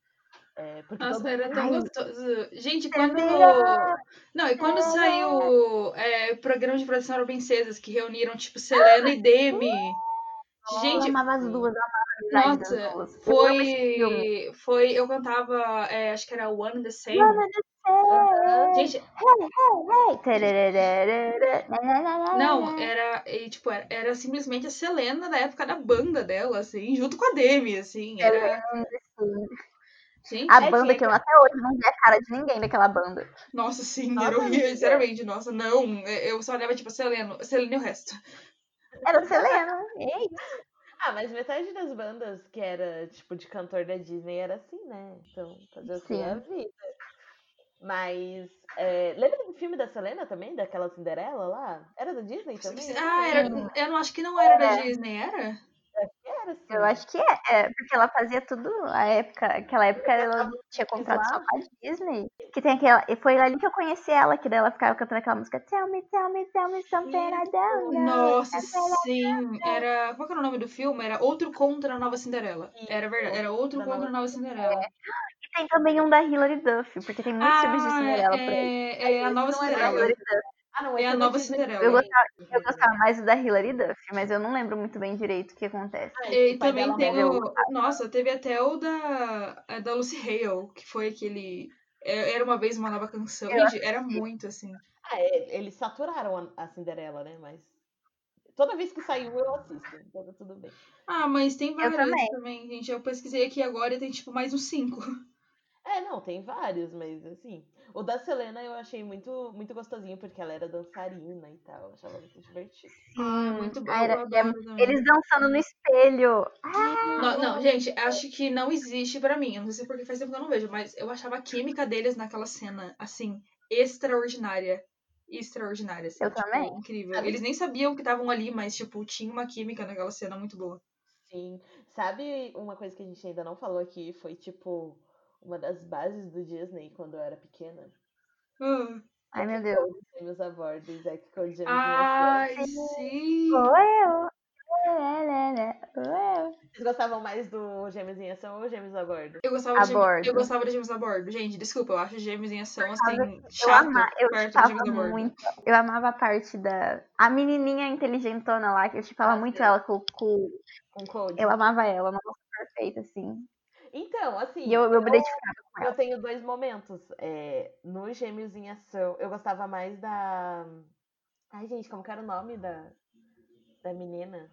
Speaker 3: É, porque todo
Speaker 2: Nossa, era
Speaker 3: mundo-
Speaker 2: tão
Speaker 1: Ai.
Speaker 2: gostoso. Gente, quando.
Speaker 1: Será?
Speaker 2: Não, e quando
Speaker 1: Será?
Speaker 2: saiu é, programa de produção eram princesas que reuniram, tipo, Selena e Demi.
Speaker 1: eu
Speaker 2: Gente,
Speaker 1: amava as duas, eu amava a amizade das duas.
Speaker 2: nossa,
Speaker 1: Eu amo esse filme.
Speaker 2: foi. Foi. Eu cantava, é, acho que era One and the Same. Gente,
Speaker 1: Ei, terererererê, nananana.
Speaker 2: Não, era, e, tipo, era, era simplesmente a Selena da época da banda dela, assim, junto com a Demi, assim. Era... Gente,
Speaker 1: A
Speaker 3: É
Speaker 1: banda
Speaker 3: que-
Speaker 1: que eu até hoje não vi a cara de ninguém daquela banda.
Speaker 2: nossa, sim,
Speaker 3: Nossa,
Speaker 2: era horrível,
Speaker 3: amiga.
Speaker 2: sinceramente, nossa, não. é, Eu só olhava, tipo, a Selena, a Selena e o resto.
Speaker 1: Era a Selena. Ei,
Speaker 3: Ah, mas metade das bandas que era, tipo, de cantor da Disney era assim, né? Então, fazer assim é a vida. Mas, é, lembra do filme da Selena também? Daquela Cinderela lá? Era da Disney também? Eu não
Speaker 2: Ah, era.
Speaker 3: lembro.
Speaker 2: Eu não acho que não era da Disney, era?
Speaker 3: Era, assim. sim.
Speaker 1: eu acho que é, é, porque ela fazia tudo a época, aquela época ela tinha contrato só com a Disney. Que tem aquela, e foi ali que eu conheci ela, que daí ela ficava cantando aquela música Tell me, tell me, tell me something I
Speaker 2: Hum,
Speaker 1: don't know.
Speaker 2: Nossa, sim. Era. Qual que era o nome do filme? Era Outro Contra a Nova Cinderela. Era verdade, era Outro
Speaker 3: Da
Speaker 2: Contra a Nova Cinderela. Ah,
Speaker 1: E tem também um da Hilary Duff, porque tem muitos filmes é tipo de Cinderela por aí.
Speaker 2: é, é a
Speaker 3: Mas
Speaker 2: Nova
Speaker 3: não era
Speaker 1: Da
Speaker 2: Cinderela.
Speaker 1: Hilary Duff.
Speaker 3: Ah, não,
Speaker 2: É a
Speaker 3: esse da
Speaker 2: Nova
Speaker 3: Disney
Speaker 2: Cinderela.
Speaker 1: Eu
Speaker 3: também.
Speaker 1: gostava, eu gostava mais do da Hilary Duff, mas eu não lembro muito bem direito o É, que acontece.
Speaker 3: Ah,
Speaker 2: E
Speaker 3: o pai
Speaker 2: também
Speaker 3: dela
Speaker 2: teve
Speaker 3: morreu.
Speaker 2: o. Nossa, teve até o da, a da Lucy Hale, que foi aquele. é, Era uma vez uma nova canção.
Speaker 1: Eu
Speaker 2: Gente, era muito assim.
Speaker 3: Ah, é, eles saturaram a, a Cinderela, né? Mas toda vez que saiu eu assisto, então tá tudo bem.
Speaker 2: Ah, mas tem várias também.
Speaker 1: também.
Speaker 2: gente. Eu pesquisei aqui agora e tem tipo mais uns cinco.
Speaker 3: É, não, tem vários, mas assim. O da Selena eu achei muito, muito gostosinho, porque ela era dançarina e tal. Eu achava muito divertido.
Speaker 2: Ah, é muito bom.
Speaker 1: era- é,
Speaker 2: eu adoro também.
Speaker 1: Eles dançando no espelho.
Speaker 2: Não, não, gente, acho que não existe pra mim. Eu não sei é porque faz tempo que eu não vejo, mas eu achava a química deles naquela cena, assim, extraordinária. Extraordinária. assim,
Speaker 1: Eu
Speaker 2: tipo,
Speaker 1: também.
Speaker 2: Incrível.
Speaker 3: Sabe-
Speaker 2: Eles nem sabiam que estavam ali, mas, tipo, tinha uma química naquela cena muito boa.
Speaker 3: Sim. Sabe uma coisa que a gente ainda não falou aqui? Foi tipo uma das bases do Disney quando eu era pequena.
Speaker 2: Ah.
Speaker 1: Ai, meu Deus.
Speaker 3: Meus a bordo, Isaac com James Mansell.
Speaker 2: Ai, sim.
Speaker 1: Sou eu. Lé, lé, lé, lé.
Speaker 3: Vocês gostavam mais do Gêmeos em Ação ou Gêmeos a bordo?
Speaker 2: Eu gostava, de
Speaker 1: A bordo.
Speaker 2: eu gostava de gêmeos a bordo. Gente, desculpa, eu acho gêmeos em ação
Speaker 1: Eu
Speaker 2: assim,
Speaker 1: Eu,
Speaker 2: chato
Speaker 1: ama, eu
Speaker 2: perto de
Speaker 1: chipava
Speaker 2: gêmeos a bordo.
Speaker 1: muito. Eu amava a parte da. A menininha inteligentona lá, que eu chipava
Speaker 3: Ah,
Speaker 1: muito
Speaker 3: sei.
Speaker 1: ela com o cu.
Speaker 3: Com Cold?
Speaker 1: Eu amava ela, uma moça perfeita, assim.
Speaker 3: Então, assim.
Speaker 1: E eu, eu me identificava com
Speaker 2: Tá.
Speaker 1: ela.
Speaker 3: Eu tenho dois momentos. É, no Gêmeos em Ação, eu gostava mais da. Ai, gente, como que era o nome da, da menina?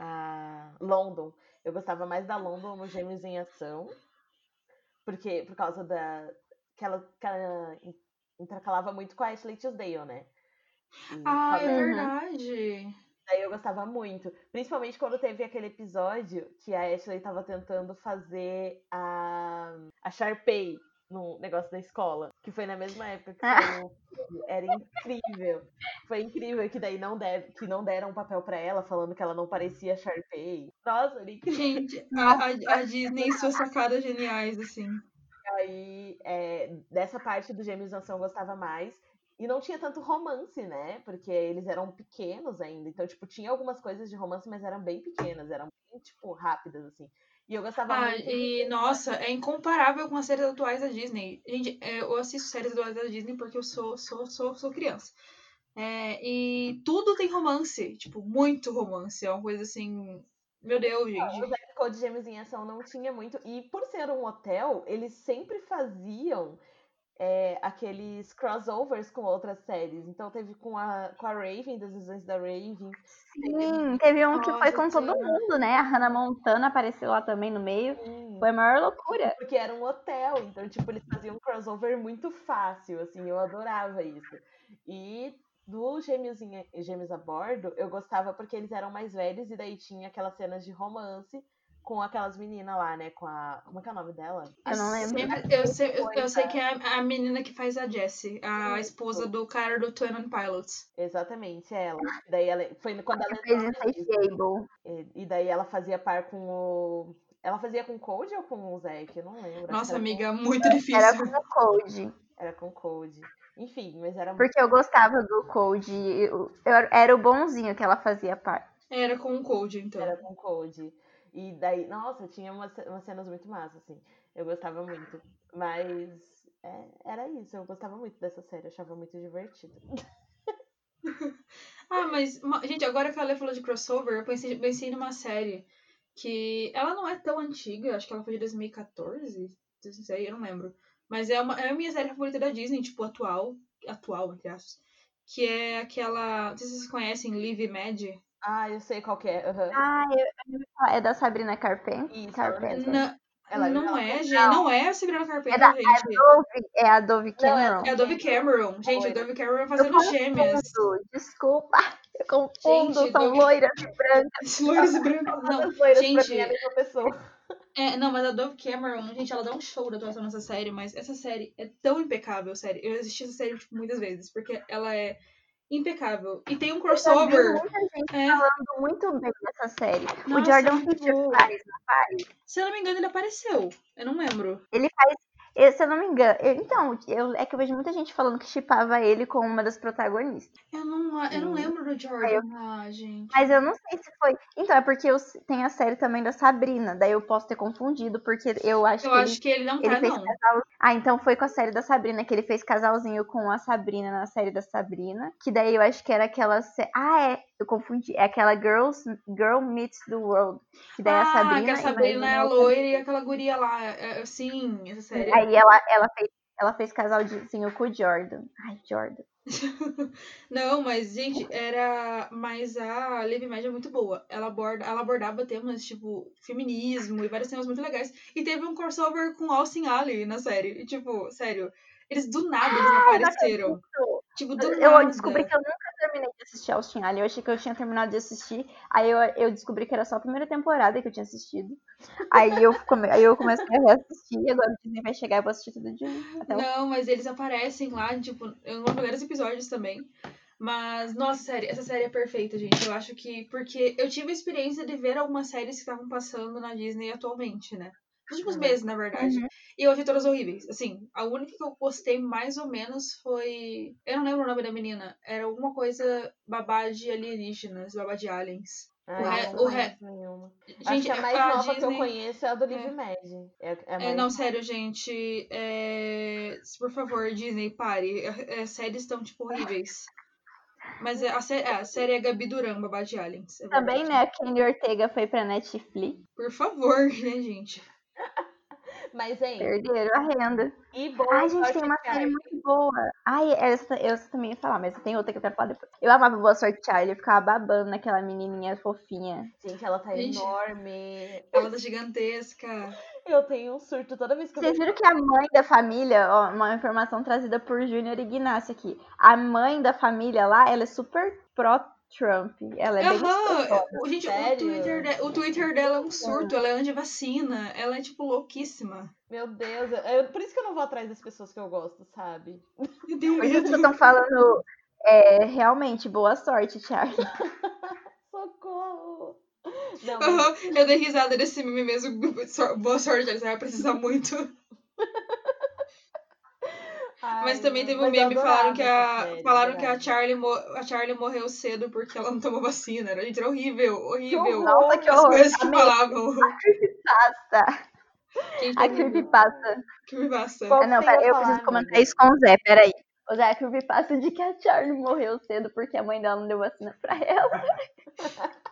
Speaker 3: A London. Eu gostava mais da London no Gêmeos em Ação. Porque, por causa da. Que ela, que ela in- intercalava muito com a Ashley Tisdale, né? E com
Speaker 2: Ah,
Speaker 3: a
Speaker 2: é
Speaker 1: Uhum.
Speaker 2: verdade.
Speaker 3: Daí eu gostava muito. Principalmente quando teve aquele episódio que a Ashley tava tentando fazer a, a Sharpay num negócio da escola. Que foi na mesma época que
Speaker 1: Ah.
Speaker 3: saiu. o filme. Era incrível. Foi incrível que daí não, der, que não deram um papel pra ela, falando que ela não parecia a Sharpay. Nossa, era incrível.
Speaker 2: Gente, a, a, a Disney e suas sacadas geniais, assim.
Speaker 3: aí, é, dessa parte do Gêmeos Nação eu gostava mais. E não tinha tanto romance, né? Porque eles eram pequenos ainda. Então, tipo, tinha algumas coisas de romance, mas eram bem pequenas, eram bem, tipo, rápidas, assim. E eu gostava
Speaker 2: Ah,
Speaker 3: muito.
Speaker 2: e nossa, é incomparável com as séries atuais da Disney. Gente, é, eu assisto séries atuais da Disney porque eu sou, sou, sou, sou criança. É, e tudo tem romance, tipo, muito romance. É uma coisa assim. Meu Deus, gente.
Speaker 3: Os Epcot de Gêmeos em Ação não tinha muito. E por ser um hotel, eles sempre faziam é, aqueles crossovers com outras séries. Então teve com a, com a Raven, das visões da Raven.
Speaker 2: É,
Speaker 1: Sim, teve um que foi com
Speaker 2: Nossa,
Speaker 1: todo mundo, né? A Hannah Montana apareceu lá também no meio.
Speaker 3: Sim.
Speaker 1: Foi a maior loucura.
Speaker 3: Porque era um hotel, então, tipo, eles faziam um crossover muito fácil, assim, eu adorava isso. E do Gêmeos, em- Gêmeos a Bordo, eu gostava porque eles eram mais velhos e daí tinha aquelas cenas de romance com aquelas meninas lá, né, com a... Como é que é o nome dela?
Speaker 1: Eu não lembro.
Speaker 2: Sempre- eu, sei, eu, eu sei que é a, a menina que faz a Jessie, a esposa do cara do Twin Pilots.
Speaker 3: Exatamente, ela. Daí ela foi quando ela
Speaker 1: Fez
Speaker 3: entrou na
Speaker 1: esse
Speaker 3: Disney.
Speaker 1: é Fable.
Speaker 3: E- E daí ela fazia par com o. Ela fazia com o Code ou com o Zack? Eu não lembro. acho que
Speaker 2: Nossa,
Speaker 3: era
Speaker 2: amiga, muito difícil.
Speaker 1: Era com o Code.
Speaker 3: Com... Era com o Code. Enfim, mas era muito.
Speaker 1: Porque eu gostava do Code. Eu, eu era- era o bonzinho que ela fazia parte.
Speaker 2: Era com o Cold, então.
Speaker 1: Tá.
Speaker 3: Era com o Code. E daí, nossa, tinha umas, umas cenas muito massas, assim. Eu gostava muito. Mas é, era isso, eu gostava muito dessa série, eu achava muito divertido.
Speaker 2: Ah, mas, ma- gente, agora que a Lê falou de crossover, eu pensei, pensei numa série que ela não é tão antiga, acho que ela foi de 2014, não sei, eu não lembro. Mas é, uma, é a minha série favorita da Disney, tipo, atual, atual, entre aspas, que é aquela, não sei se vocês conhecem, Live e Mad.
Speaker 3: Ah, eu sei qual que é. aham.
Speaker 1: Ah, eu, eu ia falar, é da Sabrina Carpenter.
Speaker 3: Isso,
Speaker 1: Carpenter.
Speaker 2: Na-
Speaker 3: Ela-
Speaker 2: não
Speaker 3: ela-
Speaker 2: é, gente, não é a Sabrina Carpenter,
Speaker 1: da-
Speaker 2: gente.
Speaker 1: Dove- é a Dove Cameron.
Speaker 2: É a Dove Cameron. Gente, a
Speaker 3: Loira.
Speaker 2: Dove Cameron
Speaker 1: Eu
Speaker 2: fazendo gêmeas.
Speaker 1: confundo, desculpa. Eu confundo,
Speaker 2: Gente,
Speaker 1: são
Speaker 2: Dove-
Speaker 1: loiras e brancas.
Speaker 2: Loiras e brancas. Não,
Speaker 3: As loiras pra
Speaker 2: gente,
Speaker 3: mim é a mesma pessoa.
Speaker 2: É, não, mas a Dove Cameron, gente, ela dá um show da atuação nessa série, mas essa série é tão impecável, sério. Eu assisti essa série tipo, muitas vezes, porque ela é impecável. E tem um
Speaker 1: Eu vi
Speaker 2: crossover.
Speaker 1: muita gente
Speaker 2: É,
Speaker 1: falando muito bem dessa série. o
Speaker 2: Nossa,
Speaker 1: Jordan
Speaker 2: muito
Speaker 1: Fisher
Speaker 2: bom.
Speaker 1: faz, não faz?
Speaker 2: se eu não me engano, ele apareceu. Eu não lembro.
Speaker 1: Ele faz. eu- se eu não me engano. eu- então, eu- é que eu vejo muita gente falando que chipava ele com uma das protagonistas.
Speaker 2: Eu não, eu não
Speaker 3: Sim.
Speaker 2: lembro do
Speaker 1: Aí
Speaker 2: Jordan.
Speaker 1: eu-
Speaker 2: Ah, gente.
Speaker 1: Mas eu não sei se foi. Então, é porque eu, s- tem a série também da Sabrina. Daí eu posso ter confundido, porque eu acho
Speaker 2: Eu
Speaker 1: que.
Speaker 2: acho que ele não
Speaker 1: ele, ele
Speaker 2: tá,
Speaker 1: fez
Speaker 2: não.
Speaker 1: casal. Ah, então foi com a série da Sabrina, que ele fez casalzinho com a Sabrina na série da Sabrina. Que daí eu acho que era aquela. sé- Ah, é. Eu confundi. É aquela Girls, Girl Meets the World. Que daí a
Speaker 2: Ah,
Speaker 1: Sabrina.
Speaker 2: que a
Speaker 1: e mais
Speaker 2: Sabrina é
Speaker 1: uma
Speaker 2: a
Speaker 1: outra
Speaker 2: loira e aquela guria lá. é- é- Sim, essa série. é
Speaker 1: Aí ela, ela fez, ela fez casalzinho com o Jordan. Ai, Jordan.
Speaker 2: Não, mas, gente, era. Mas a Live Média é muito boa. Ela, aborda... Ela abordava temas tipo feminismo e vários temas muito legais. E teve um crossover com Austin Alley na série. E, tipo, sério, eles do nada eles apareceram. Tipo, do
Speaker 1: Ah, Eu
Speaker 2: nada.
Speaker 1: descobri que eu nunca terminei de assistir Austin Alley. Eu achei que eu tinha terminado de assistir. Aí eu, eu descobri que era só a primeira temporada que eu tinha assistido. Aí eu, come, aí eu comecei a reassistir. e Agora o Disney vai chegar e eu vou assistir tudo de novo.
Speaker 3: Então.
Speaker 1: Até o-
Speaker 2: Não, mas eles aparecem lá, tipo, nos primeiros episódios também. Mas, nossa, sério, essa série é perfeita, gente. Eu acho que. Porque eu tive a experiência de ver algumas séries que estavam passando na Disney atualmente, né? Nos últimos
Speaker 3: Uhum.
Speaker 2: meses, na verdade.
Speaker 1: Uhum.
Speaker 2: E eu achei todas horríveis. Assim, a única que eu gostei mais ou menos foi. Eu não lembro o nome da menina. Era alguma coisa babá de alienígenas, babá de aliens.
Speaker 3: Ai,
Speaker 2: re- é
Speaker 3: não
Speaker 2: o
Speaker 3: conheço nenhuma. Acho que a mais nova que eu conheço é a do Live Med. É, é a
Speaker 2: É,
Speaker 3: mais-
Speaker 2: não, sério, gente. é, Por favor, Disney, pare. É, é, séries estão, tipo, horríveis. Mas é, a, sé- é, a série é Gabi Duran, babá de aliens. é
Speaker 1: Também,
Speaker 2: verdade.
Speaker 1: né? A Candy Ortega foi pra Netflix.
Speaker 2: Por favor, né, gente?
Speaker 3: Mas, hein,
Speaker 1: Perderam a renda.
Speaker 3: e boa
Speaker 1: Ai, gente,
Speaker 3: sorte,
Speaker 1: tem uma série
Speaker 3: Charlie.
Speaker 1: muito boa. Ai, essa eu também ia falar, mas tem outra que eu quero falar depois. Eu amava Boa Sorte Charlie, eu ficava babando naquela menininha fofinha.
Speaker 3: Gente, ela tá
Speaker 2: Gente.
Speaker 3: enorme.
Speaker 2: Ela tá gigantesca.
Speaker 3: Eu tenho um surto toda vez que eu
Speaker 1: Vocês
Speaker 3: vejo.
Speaker 1: viram que a mãe da família, ó, uma informação trazida por Júnior Ignacio aqui. A mãe da família lá, ela é super pró-Trump. Ela é bem
Speaker 2: Aham, o- gente, o
Speaker 3: sério?
Speaker 2: Twitter, de- o Twitter dela é um surto, ela é anti-vacina, ela é, tipo, louquíssima.
Speaker 3: Meu Deus, eu- eu- por isso que eu não vou atrás das pessoas que eu gosto, sabe?
Speaker 2: Eu tenho
Speaker 1: Por isso que
Speaker 2: medo.
Speaker 1: estão falando é, realmente boa sorte, Charlie.
Speaker 3: Socorro! Não, mas
Speaker 2: Aham, eu dei risada desse meme mesmo. Boa sorte, Alice, vai precisar muito. Mas também teve um
Speaker 3: mas eu
Speaker 2: meme falaram
Speaker 3: adorava
Speaker 2: que
Speaker 3: essa
Speaker 2: a
Speaker 3: série, né?
Speaker 2: falaram que a
Speaker 3: adorava.
Speaker 2: Charlie mo- a Charlie morreu cedo porque ela não tomou vacina. Era gente era horrível, horrível.
Speaker 3: horror,
Speaker 1: Nossa, que
Speaker 2: As
Speaker 1: horror.
Speaker 2: coisas que
Speaker 1: Amei.
Speaker 2: falavam.
Speaker 1: Creepypasta.
Speaker 2: Quem
Speaker 1: A
Speaker 2: que,
Speaker 1: creepypasta. Ah,
Speaker 2: que me basta.
Speaker 3: Qual-
Speaker 1: Não,
Speaker 3: Sim,
Speaker 1: pera, eu
Speaker 3: eu falar,
Speaker 1: preciso
Speaker 3: amiga.
Speaker 1: comentar isso com o Zé, peraí. O Zé, a creepypasta de que a Charlie morreu cedo porque a mãe dela não deu vacina pra ela.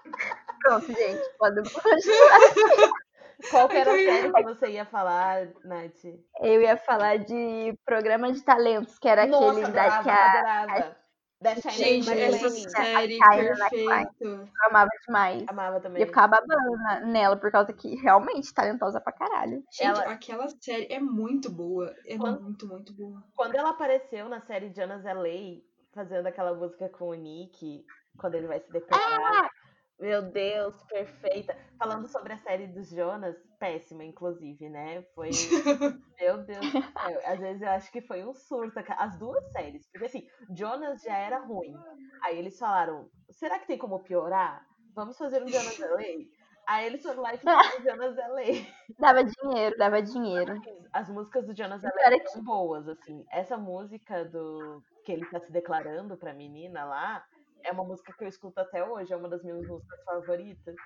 Speaker 1: Pronto, gente, pode
Speaker 3: Qual que era a
Speaker 2: Ai, que
Speaker 3: série que você ia falar, Nath?
Speaker 1: Eu ia falar de programa de talentos, que era
Speaker 3: Nossa,
Speaker 1: aquele da,
Speaker 3: adorava,
Speaker 1: que a
Speaker 3: adorava. Da Shine
Speaker 2: Gente,
Speaker 1: Mas
Speaker 2: essa
Speaker 1: lembre-
Speaker 2: série
Speaker 1: a Kyra na
Speaker 2: perfeita.
Speaker 1: eu amava demais.
Speaker 3: Amava
Speaker 1: E
Speaker 3: também.
Speaker 1: eu ficava babando na- nela, por causa que realmente talentosa pra caralho.
Speaker 2: Gente,
Speaker 3: Ela-
Speaker 2: aquela série é muito boa. É
Speaker 3: Quando-
Speaker 2: muito, muito boa.
Speaker 3: Quando ela apareceu na série Jonas LA, fazendo aquela música com o Nick, quando ele vai se declarar. Meu Deus, perfeita. Falando sobre a série dos Jonas, péssima, inclusive, né? Foi. Meu Deus do céu. Às vezes eu acho que foi um surto. aca- As duas séries. Porque assim, Jonas já era ruim. Aí eles falaram: será que tem como piorar? Vamos fazer um Jonas LA? Aí eles foram lá e fizeram o Jonas LA.
Speaker 1: Dava dinheiro, dava dinheiro.
Speaker 3: As músicas do Jonas
Speaker 1: Espera que
Speaker 3: são boas, assim. Essa música do que ele tá se declarando pra menina lá é uma música que eu escuto até hoje, é uma das minhas músicas favoritas.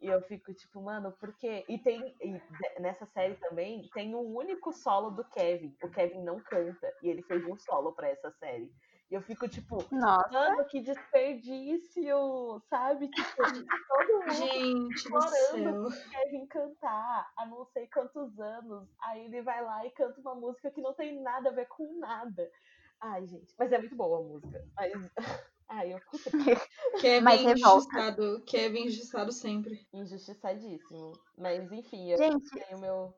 Speaker 3: E eu fico tipo, mano, por quê? E tem, e de- nessa série também, tem um único solo do Kevin. O Kevin não canta, e ele fez um solo pra essa série. E eu fico tipo,
Speaker 1: Nossa,
Speaker 3: mano, que desperdício, sabe? Tipo, todo mundo
Speaker 2: Gente do céu.
Speaker 3: Chorando. Kevin cantar há não sei quantos anos. Aí ele vai lá e canta uma música que não tem nada a ver com nada. Ai, gente, mas é muito boa a música. Mas... Ai, eu fico triste.
Speaker 1: Mas
Speaker 2: Kevin
Speaker 1: revolta.
Speaker 2: injustiçado. Kevin injustiçado sempre.
Speaker 3: injustiçadíssimo. Mas enfim, eu
Speaker 1: gente,
Speaker 3: tenho meu...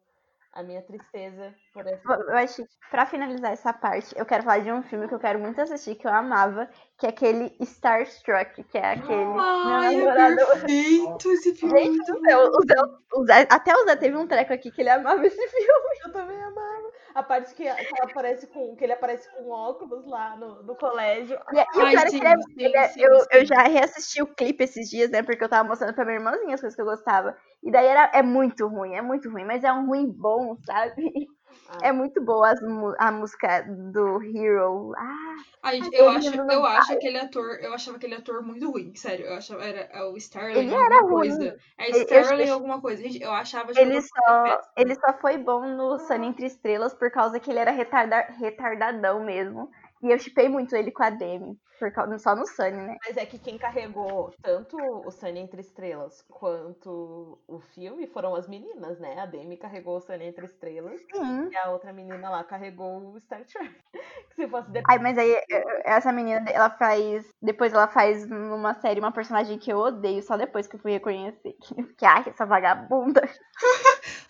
Speaker 3: a minha tristeza por essa.
Speaker 1: eu acho que pra finalizar essa parte, eu quero falar de um filme que eu quero muito assistir, que eu amava, que é aquele Starstruck, que é aquele.
Speaker 2: Ai,
Speaker 1: meu
Speaker 2: é
Speaker 1: namorado.
Speaker 2: perfeito esse filme. é
Speaker 1: Gente
Speaker 2: muito
Speaker 1: do céu, o Zé- o Zé- até o Zé teve um treco aqui que ele amava esse filme.
Speaker 3: Eu também amava. A parte que, que ela aparece com. que ele aparece com óculos lá no, no colégio.
Speaker 1: E, e o
Speaker 2: Ai,
Speaker 1: cara
Speaker 2: sim,
Speaker 1: que ele é-
Speaker 2: sim,
Speaker 1: ele é-
Speaker 2: sim,
Speaker 1: eu,
Speaker 2: sim.
Speaker 1: eu já reassisti o clipe esses dias, né? Porque eu tava mostrando pra minha irmãzinha as coisas que eu gostava. E daí era, é muito ruim, é muito ruim, mas é um ruim bom, sabe?
Speaker 3: Ah.
Speaker 1: É muito boa as mu- a música do Hero. Ah,
Speaker 2: Ai,
Speaker 1: Ai,
Speaker 2: eu
Speaker 1: ele
Speaker 2: acho,
Speaker 1: não
Speaker 2: eu acho aquele ator, eu achava aquele ator muito ruim, sério. Eu achava era é o Starling
Speaker 1: Ele
Speaker 2: alguma
Speaker 1: era ruim.
Speaker 2: coisa. É
Speaker 1: Eu- eu-
Speaker 2: Starling alguma coisa. Gente, eu achava tipo,
Speaker 1: ele só, ele só foi bom no Sun Entre Estrelas por causa que ele era retarda- retardadão mesmo. E eu chipei muito ele com a Demi. Por causa, só no Sunny, né?
Speaker 3: Mas é que quem carregou tanto o Sunny Entre Estrelas quanto o filme foram as meninas, né? A Demi carregou o Sunny Entre Estrelas
Speaker 1: Sim.
Speaker 3: e a outra menina lá carregou o Star Trek. Se fosse depois.
Speaker 1: Ai, mas aí eh, eh, essa menina, ela faz. Depois ela faz numa série uma personagem que eu odeio, só depois que eu fui reconhecer. Que ai, essa vagabunda.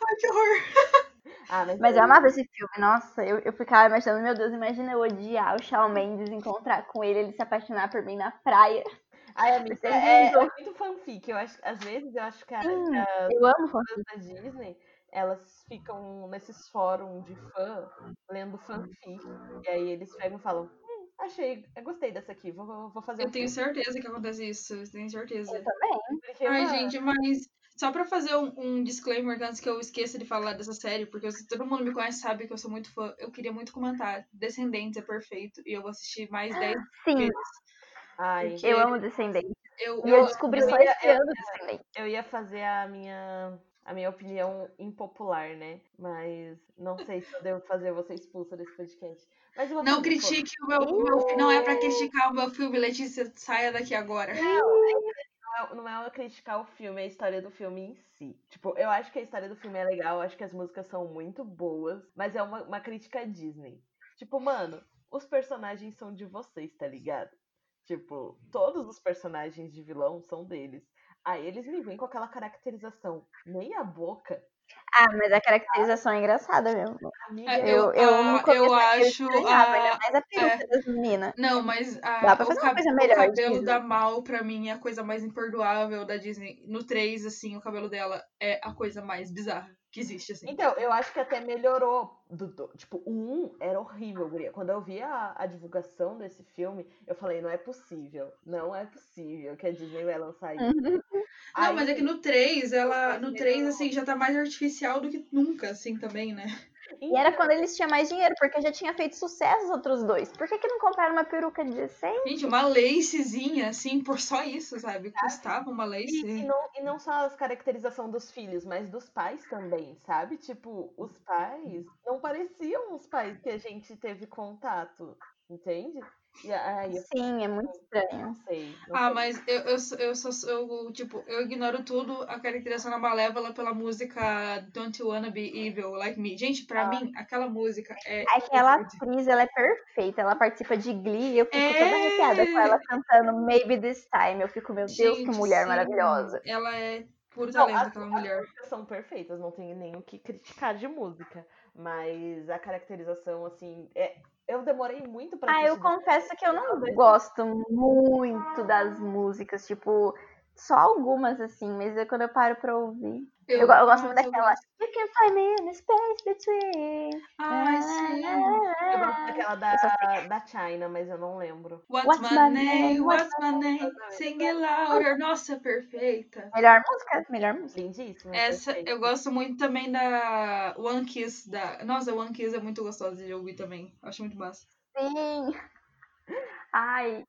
Speaker 2: Ai, que horror.
Speaker 3: Ah, mas,
Speaker 1: Mas é
Speaker 3: aí-
Speaker 1: eu amava esse filme, nossa, eu, eu ficava imaginando, meu Deus, imagina eu odiar o Shawn Mendes, encontrar com ele, ele se apaixonar por mim na praia.
Speaker 3: Ai, amiga,
Speaker 1: Ele
Speaker 3: é, é
Speaker 1: mudou.
Speaker 3: muito fanfic. Eu acho, às vezes eu acho que a,
Speaker 1: Sim,
Speaker 3: que as
Speaker 1: eu amo
Speaker 3: fãs da Disney, elas ficam nesses fóruns de fã lendo fanfic. E aí eles pegam e falam, hum, achei, eu gostei dessa aqui, vou, vou fazer
Speaker 2: Eu
Speaker 3: um
Speaker 2: tenho
Speaker 3: filme",
Speaker 2: certeza que acontece isso, eu tenho certeza.
Speaker 1: também.
Speaker 3: porque,
Speaker 2: Ai,
Speaker 3: mano,
Speaker 2: gente, mas só pra fazer um, um disclaimer antes que eu esqueça de falar dessa série, porque eu- todo mundo me conhece sabe que eu sou muito fã. Eu queria muito comentar. Descendentes é perfeito e eu vou assistir mais 10
Speaker 1: Sim,
Speaker 2: vezes.
Speaker 3: Ai,
Speaker 1: eu amo Descendente.
Speaker 2: Eu,
Speaker 1: E
Speaker 2: eu-
Speaker 1: eu descobri
Speaker 3: eu
Speaker 1: só
Speaker 3: ia-
Speaker 1: esse
Speaker 3: eu-
Speaker 1: ano Descendente.
Speaker 3: eu ia fazer a minha a minha opinião impopular, né? Mas não sei se eu devo fazer você expulsa desse podcast. Mas eu vou
Speaker 2: Não
Speaker 3: fazer, pô.
Speaker 2: critique o meu, o meu- Não
Speaker 1: Uh!
Speaker 2: é pra criticar o meu filme, Letícia, saia daqui agora.
Speaker 3: Não é- Não é uma é criticar o filme, é a história do filme em si. Tipo, eu acho que a história do filme é legal, eu acho que as músicas são muito boas, mas é uma, uma crítica à Disney. Tipo, mano, os personagens são de vocês, tá ligado? Tipo, todos os personagens de vilão são deles. Aí eles me vêm com aquela caracterização meia boca.
Speaker 1: Ah, mas a caracterização é engraçada mesmo.
Speaker 3: Amiga,
Speaker 2: É,
Speaker 1: Eu, eu,
Speaker 2: ah,
Speaker 1: no começo
Speaker 2: eu
Speaker 1: eu
Speaker 2: acho
Speaker 1: estranhava,
Speaker 2: a- é.
Speaker 1: ainda mais a peruca das meninas.
Speaker 2: Não, mas a-
Speaker 1: Dá pra
Speaker 2: o,
Speaker 1: fazer uma
Speaker 2: cab-
Speaker 1: coisa
Speaker 2: o
Speaker 1: melhor,
Speaker 2: cabelo
Speaker 1: diz.
Speaker 2: da Mal, pra mim, é a coisa mais imperdoável da Disney. No 3, assim, o cabelo dela é a coisa mais bizarra que existe, assim.
Speaker 3: Então, eu acho que até melhorou. Do, do- tipo, o 1 era horrível, guria. Quando eu vi a, a divulgação desse filme, eu falei, não é possível. Não é possível que a Disney vai lançar
Speaker 2: Uhum.
Speaker 3: isso.
Speaker 2: Não, mas é que no 3, ela.
Speaker 3: Mas
Speaker 2: No
Speaker 3: eu-
Speaker 2: 3, assim, já tá mais artificial do que nunca, assim, também, né?
Speaker 1: E era quando eles tinham mais dinheiro, porque já tinha feito sucesso os outros dois. Por que, que não compraram uma peruca de 16?
Speaker 2: Gente, uma lacezinha, assim, por só isso, sabe?
Speaker 1: Tá.
Speaker 2: Custava uma
Speaker 3: E, e
Speaker 2: lace.
Speaker 3: não, e não só as caracterização dos filhos, mas dos pais também, sabe? Tipo, os pais não pareciam os pais que a gente teve contato, entende? E aí, eu
Speaker 1: Sim, é muito estranho.
Speaker 3: não sei. não
Speaker 2: Ah,
Speaker 3: sei.
Speaker 2: mas eu, eu, sou- eu, sou- eu, tipo, eu ignoro tudo a caracterização da Malévola pela música Don't You Wanna Be Evil Like Me. Gente, pra
Speaker 3: Ah.
Speaker 2: mim, aquela música é.
Speaker 1: Aquela atriz, ela é perfeita, ela participa de Glee, eu fico toda
Speaker 2: É.
Speaker 1: arrepiada com ela cantando Maybe This Time. Eu fico, meu Deus,
Speaker 2: Gente,
Speaker 1: que mulher
Speaker 2: sim,
Speaker 1: maravilhosa.
Speaker 2: Ela é puro
Speaker 3: Não,
Speaker 2: talento,
Speaker 3: as-
Speaker 2: aquela
Speaker 3: as
Speaker 2: mulher.
Speaker 3: músicas são perfeitas, não tenho nem o que criticar de música. Mas a caracterização, assim, é... eu demorei muito pra
Speaker 1: Ah, eu
Speaker 3: assistir
Speaker 1: confesso que eu não
Speaker 3: Talvez-
Speaker 1: gosto muito das músicas, tipo, só algumas assim, mas é quando eu paro pra ouvir. Eu, go- eu gosto muito
Speaker 2: nossa, eu
Speaker 1: daquela.
Speaker 2: gosto.
Speaker 1: You can find me in the space between.
Speaker 2: Ai,
Speaker 1: Ah, né?
Speaker 2: sim.
Speaker 3: Eu gosto daquela da,
Speaker 1: Eu só
Speaker 3: da China, mas eu não lembro.
Speaker 2: What's,
Speaker 1: What's
Speaker 2: my, name? What's my name? Sing it louder. Nossa, perfeita.
Speaker 1: Melhor música, melhor música.
Speaker 3: Lindíssima.
Speaker 2: Essa
Speaker 3: perfeita.
Speaker 2: eu gosto muito também da One Kiss. Da... Nossa, One Kiss é muito gostosa de ouvir também. Acho muito massa.
Speaker 1: Sim. Ai,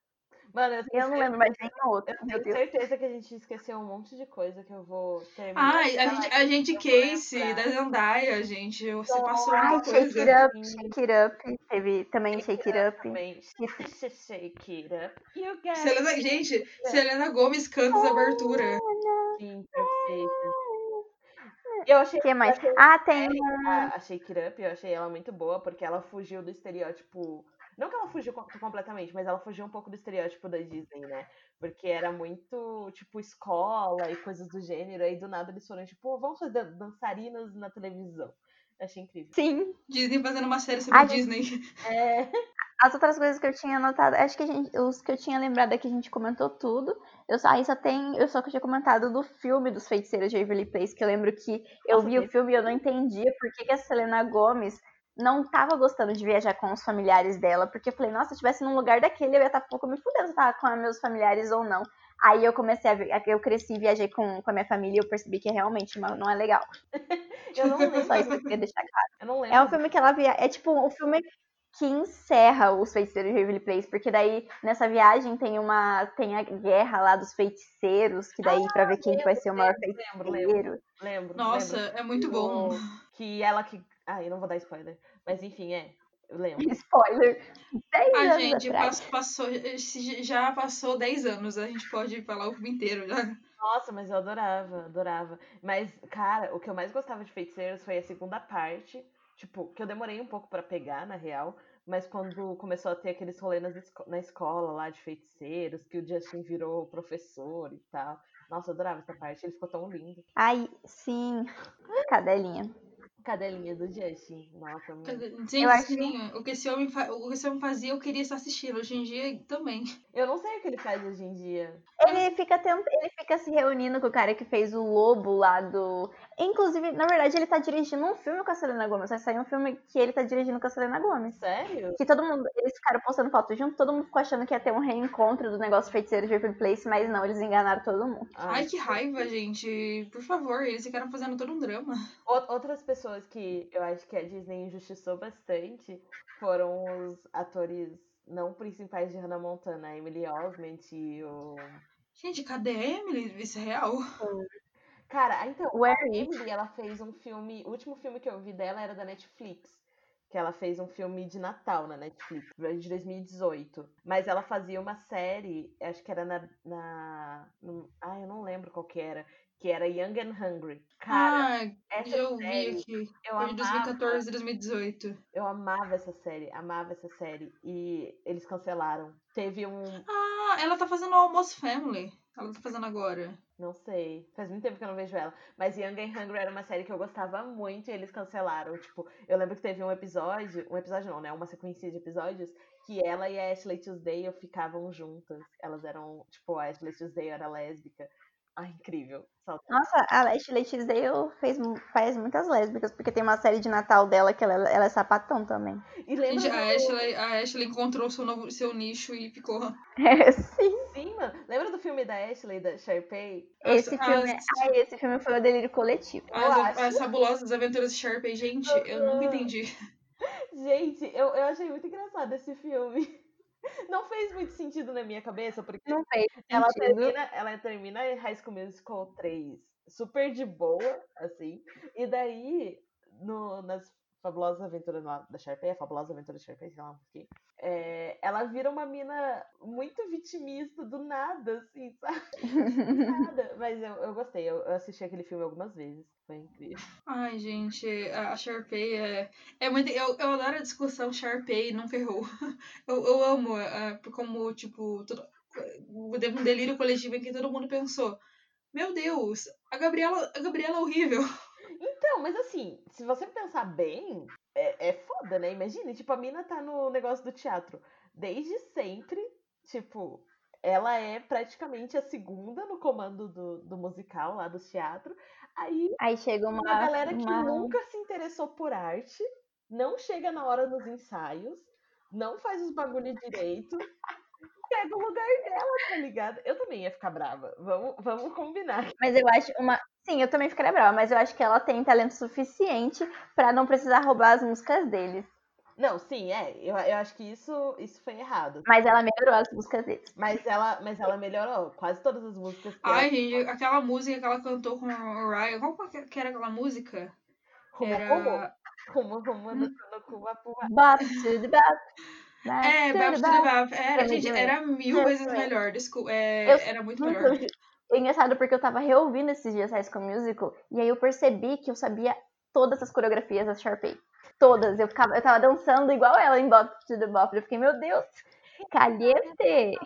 Speaker 3: Mano, eu tenho
Speaker 1: eu não lembro mais nenhuma outra.
Speaker 3: Eu
Speaker 1: Meu
Speaker 3: tenho
Speaker 1: Deus.
Speaker 3: certeza que a gente esqueceu um monte de coisa que eu vou terminar.
Speaker 2: Ai, a
Speaker 1: é
Speaker 2: gente, a gente Casey, da Zendaya, gente. Você passou
Speaker 1: Ai,
Speaker 2: muita
Speaker 1: Shake
Speaker 2: coisa.
Speaker 1: It Up, Shake It Up. Teve também Shake It Up.
Speaker 3: Também. Shake it up. You got it.
Speaker 2: Selena, gente, Selena Gomes canta essa abertura.
Speaker 3: Sim, perfeita. Eu é achei
Speaker 1: O que mais?
Speaker 3: achei
Speaker 1: Ah, tem.
Speaker 3: a, a Shake It Up, eu achei ela muito boa, porque ela fugiu do estereótipo. Não que ela fugiu co- completamente, mas ela fugiu um pouco do estereótipo da Disney, né? Porque era muito, tipo, escola e coisas do gênero. Aí do nada eles foram, tipo, vamos fazer dançarinas na televisão. Achei incrível.
Speaker 1: Sim.
Speaker 2: Disney fazendo uma série sobre
Speaker 1: Ai,
Speaker 2: Disney.
Speaker 3: É,
Speaker 1: As outras coisas que eu tinha anotado, acho que a gente, os que eu tinha lembrado é que a gente comentou tudo. Eu só, aí só tem, eu só que eu tinha comentado do filme dos feiticeiros de Waverly Place, que eu lembro que eu
Speaker 3: Nossa,
Speaker 1: vi o
Speaker 3: teve
Speaker 1: filme e eu não entendia por que, que a Selena Gomes não tava gostando de viajar com os familiares dela, porque eu falei, nossa, se eu estivesse num lugar daquele, eu ia estar pouco me fudendo se eu tava com meus familiares ou não. Aí eu comecei a, vi- eu cresci e viajei com, com a minha família e eu percebi que realmente não não é legal.
Speaker 3: eu não lembro.
Speaker 1: Só isso que eu queria deixar
Speaker 3: Eu não lembro.
Speaker 1: é um filme que ela via... É tipo o filme que encerra os feiticeiros de Waverly Place, porque daí nessa viagem tem uma tem a guerra lá dos feiticeiros, que daí pra
Speaker 3: Ah,
Speaker 1: ver quem que vai ser o maior
Speaker 3: Lembro, lembro,
Speaker 1: feiticeiro.
Speaker 3: lembro.
Speaker 2: Nossa,
Speaker 3: lembro.
Speaker 2: é muito bom.
Speaker 3: Que ela que. Ah, eu não vou dar spoiler. Mas enfim, é. Eu lembro.
Speaker 1: Spoiler. 10
Speaker 2: A
Speaker 1: anos
Speaker 2: gente
Speaker 1: atrás.
Speaker 2: pas- passou, se já passou 10 anos, a gente pode falar o filme inteiro já.
Speaker 3: Nossa, mas eu adorava, adorava. Mas, cara, o que eu mais gostava de Feiticeiros foi a segunda parte. Tipo, que eu demorei um pouco pra pegar, na real. Mas quando começou a ter aqueles rolês nas esco- na escola lá de feiticeiros, que o Justin virou professor e tal. Nossa, eu adorava essa parte, ele ficou tão lindo.
Speaker 1: Ai, sim. Cadelinha.
Speaker 3: Cadelinha do Justin. Nossa, muito.
Speaker 2: Gente,
Speaker 1: Eu acho-
Speaker 2: sim, o, que esse homem fa- o que esse homem fazia, eu queria estar assistindo. Hoje em dia também.
Speaker 3: Eu não sei o que ele faz hoje em dia.
Speaker 1: Ele fica tent... ele fica se reunindo com o cara que fez o lobo lá do. Inclusive, na verdade, ele tá dirigindo um filme com a Selena Gomes. Vai sair um filme que ele tá dirigindo com a Selena Gomes.
Speaker 3: Sério?
Speaker 1: Que todo mundo, eles ficaram postando foto junto, todo mundo ficou achando que ia ter um reencontro do negócio feiticeiro de Every Place, mas não, eles enganaram todo mundo.
Speaker 3: Ah,
Speaker 2: Ai, que raiva, gente. Por favor, eles ficaram fazendo todo um drama.
Speaker 3: Ou- Outras pessoas que eu acho que a Disney injustiçou bastante foram os atores não principais de Hannah Montana, a Emily Osment e o.
Speaker 2: Gente, cadê a Emily? Isso é real.
Speaker 3: Cara, ah, então,
Speaker 1: Where
Speaker 3: a
Speaker 1: is?
Speaker 3: Emily, ela fez um filme. O último filme que eu vi dela era da Netflix. Que ela fez um filme de Natal na Netflix, de 2018. Mas ela fazia uma série, acho que era na. na no- ah, eu não lembro qual que era. Que era Young and Hungry. Cara,
Speaker 2: ah,
Speaker 3: essa
Speaker 2: eu vi
Speaker 3: série,
Speaker 2: aqui.
Speaker 3: eu
Speaker 2: Foi de
Speaker 3: amava.
Speaker 2: 2014 e 2018.
Speaker 3: Eu amava essa série, amava essa série. E eles cancelaram. Teve um.
Speaker 2: Ah, ela tá fazendo o Almost Family. Ela tá fazendo agora.
Speaker 3: Não sei. Faz muito tempo que eu não vejo ela. Mas Young and Hungry era uma série que eu gostava muito e eles cancelaram. Tipo, eu lembro que teve um episódio. Um episódio não, né? Uma sequência de episódios. Que ela e a Ashley Tisdale ficavam juntas. Elas eram. Tipo, a Ashley Tisdale era lésbica. Ah, incrível. Saudade.
Speaker 1: Nossa, a Ashley Tisdale fez, faz muitas lésbicas, porque tem uma série de Natal dela que ela, ela é sapatão também.
Speaker 3: E lembra
Speaker 2: Gente, a
Speaker 3: do-
Speaker 2: Ashley, a Ashley encontrou seu, novo, seu nicho e ficou.
Speaker 1: É, sim.
Speaker 3: Sim, mano. Lembra do filme da Ashley, da Sharpay?
Speaker 1: Esse
Speaker 2: As-
Speaker 1: filme,
Speaker 2: as-
Speaker 1: ai, esse filme foi o delírio coletivo.
Speaker 3: eu
Speaker 2: As,
Speaker 3: acho.
Speaker 2: as fabulosas aventuras de Sharpay. Gente, eu nunca entendi.
Speaker 3: Gente, eu, eu achei muito engraçado esse filme. Não fez muito sentido na minha cabeça, porque
Speaker 1: Não fez
Speaker 3: ela
Speaker 1: sentido.
Speaker 3: termina, ela termina High School Musical 3 super de boa, assim. E daí, no, nas Fabulosas Aventuras lá da Sharpay, a Fabulosa Aventura da Sharpay, sei lá por quê, é, ela vira uma mina muito vitimista do nada, assim, sabe? Do nada. Mas eu, eu gostei, eu, eu assisti aquele filme algumas vezes, foi incrível.
Speaker 2: Ai, gente, a, a Sharpay é. é muito, eu, eu adoro a discussão Sharpay nunca errou. Eu, eu amo é, como, tipo, todo, teve um delírio coletivo em que todo mundo pensou. Meu Deus, a Gabriela, a Gabriela é horrível.
Speaker 3: Então, mas assim, se você pensar bem, é, é foda, né? Imagina, tipo, a mina tá no negócio do teatro desde sempre, tipo, ela é praticamente a segunda no comando do, do musical lá do teatro. Aí
Speaker 1: Aí chega uma,
Speaker 3: uma galera que
Speaker 1: uma-
Speaker 3: nunca se interessou por arte, não chega na hora dos ensaios, não faz os bagulho direito. Pega o lugar dela, tá ligado? Eu também ia ficar brava. Vamos, vamos combinar.
Speaker 1: Mas eu acho uma. Sim, eu também ficaria brava, mas eu acho que ela tem talento suficiente pra não precisar roubar as músicas deles.
Speaker 3: Não, sim, é. Eu, eu acho que isso, isso foi errado.
Speaker 1: Mas ela melhorou as músicas deles.
Speaker 3: Mas ela, mas ela melhorou quase todas as músicas que
Speaker 2: Ai,
Speaker 3: ela
Speaker 2: gente, aquela música que ela cantou com o Ryan. Qual que que era aquela música?
Speaker 3: Rumo,
Speaker 2: Era.
Speaker 3: rumo, rumo, rumo, no cu, no cu, a porra.
Speaker 1: Bop to the bop. bop
Speaker 2: É,
Speaker 1: to the
Speaker 2: Bap to the
Speaker 1: bop.
Speaker 2: Bap. Era,
Speaker 1: Foi
Speaker 2: gente,
Speaker 1: muito
Speaker 2: era mil
Speaker 1: Foi,
Speaker 2: vezes
Speaker 1: foi.
Speaker 2: melhor. Desculpa,
Speaker 1: Eu-
Speaker 2: é, era muito melhor.
Speaker 1: Muito- É engraçado porque eu tava reouvindo esses dias High School Musical e aí eu percebi que eu sabia todas as coreografias da Sharpay. Todas. Eu, ficava, eu tava dançando igual ela em Bop to the Bop. Eu fiquei, meu Deus, calhete!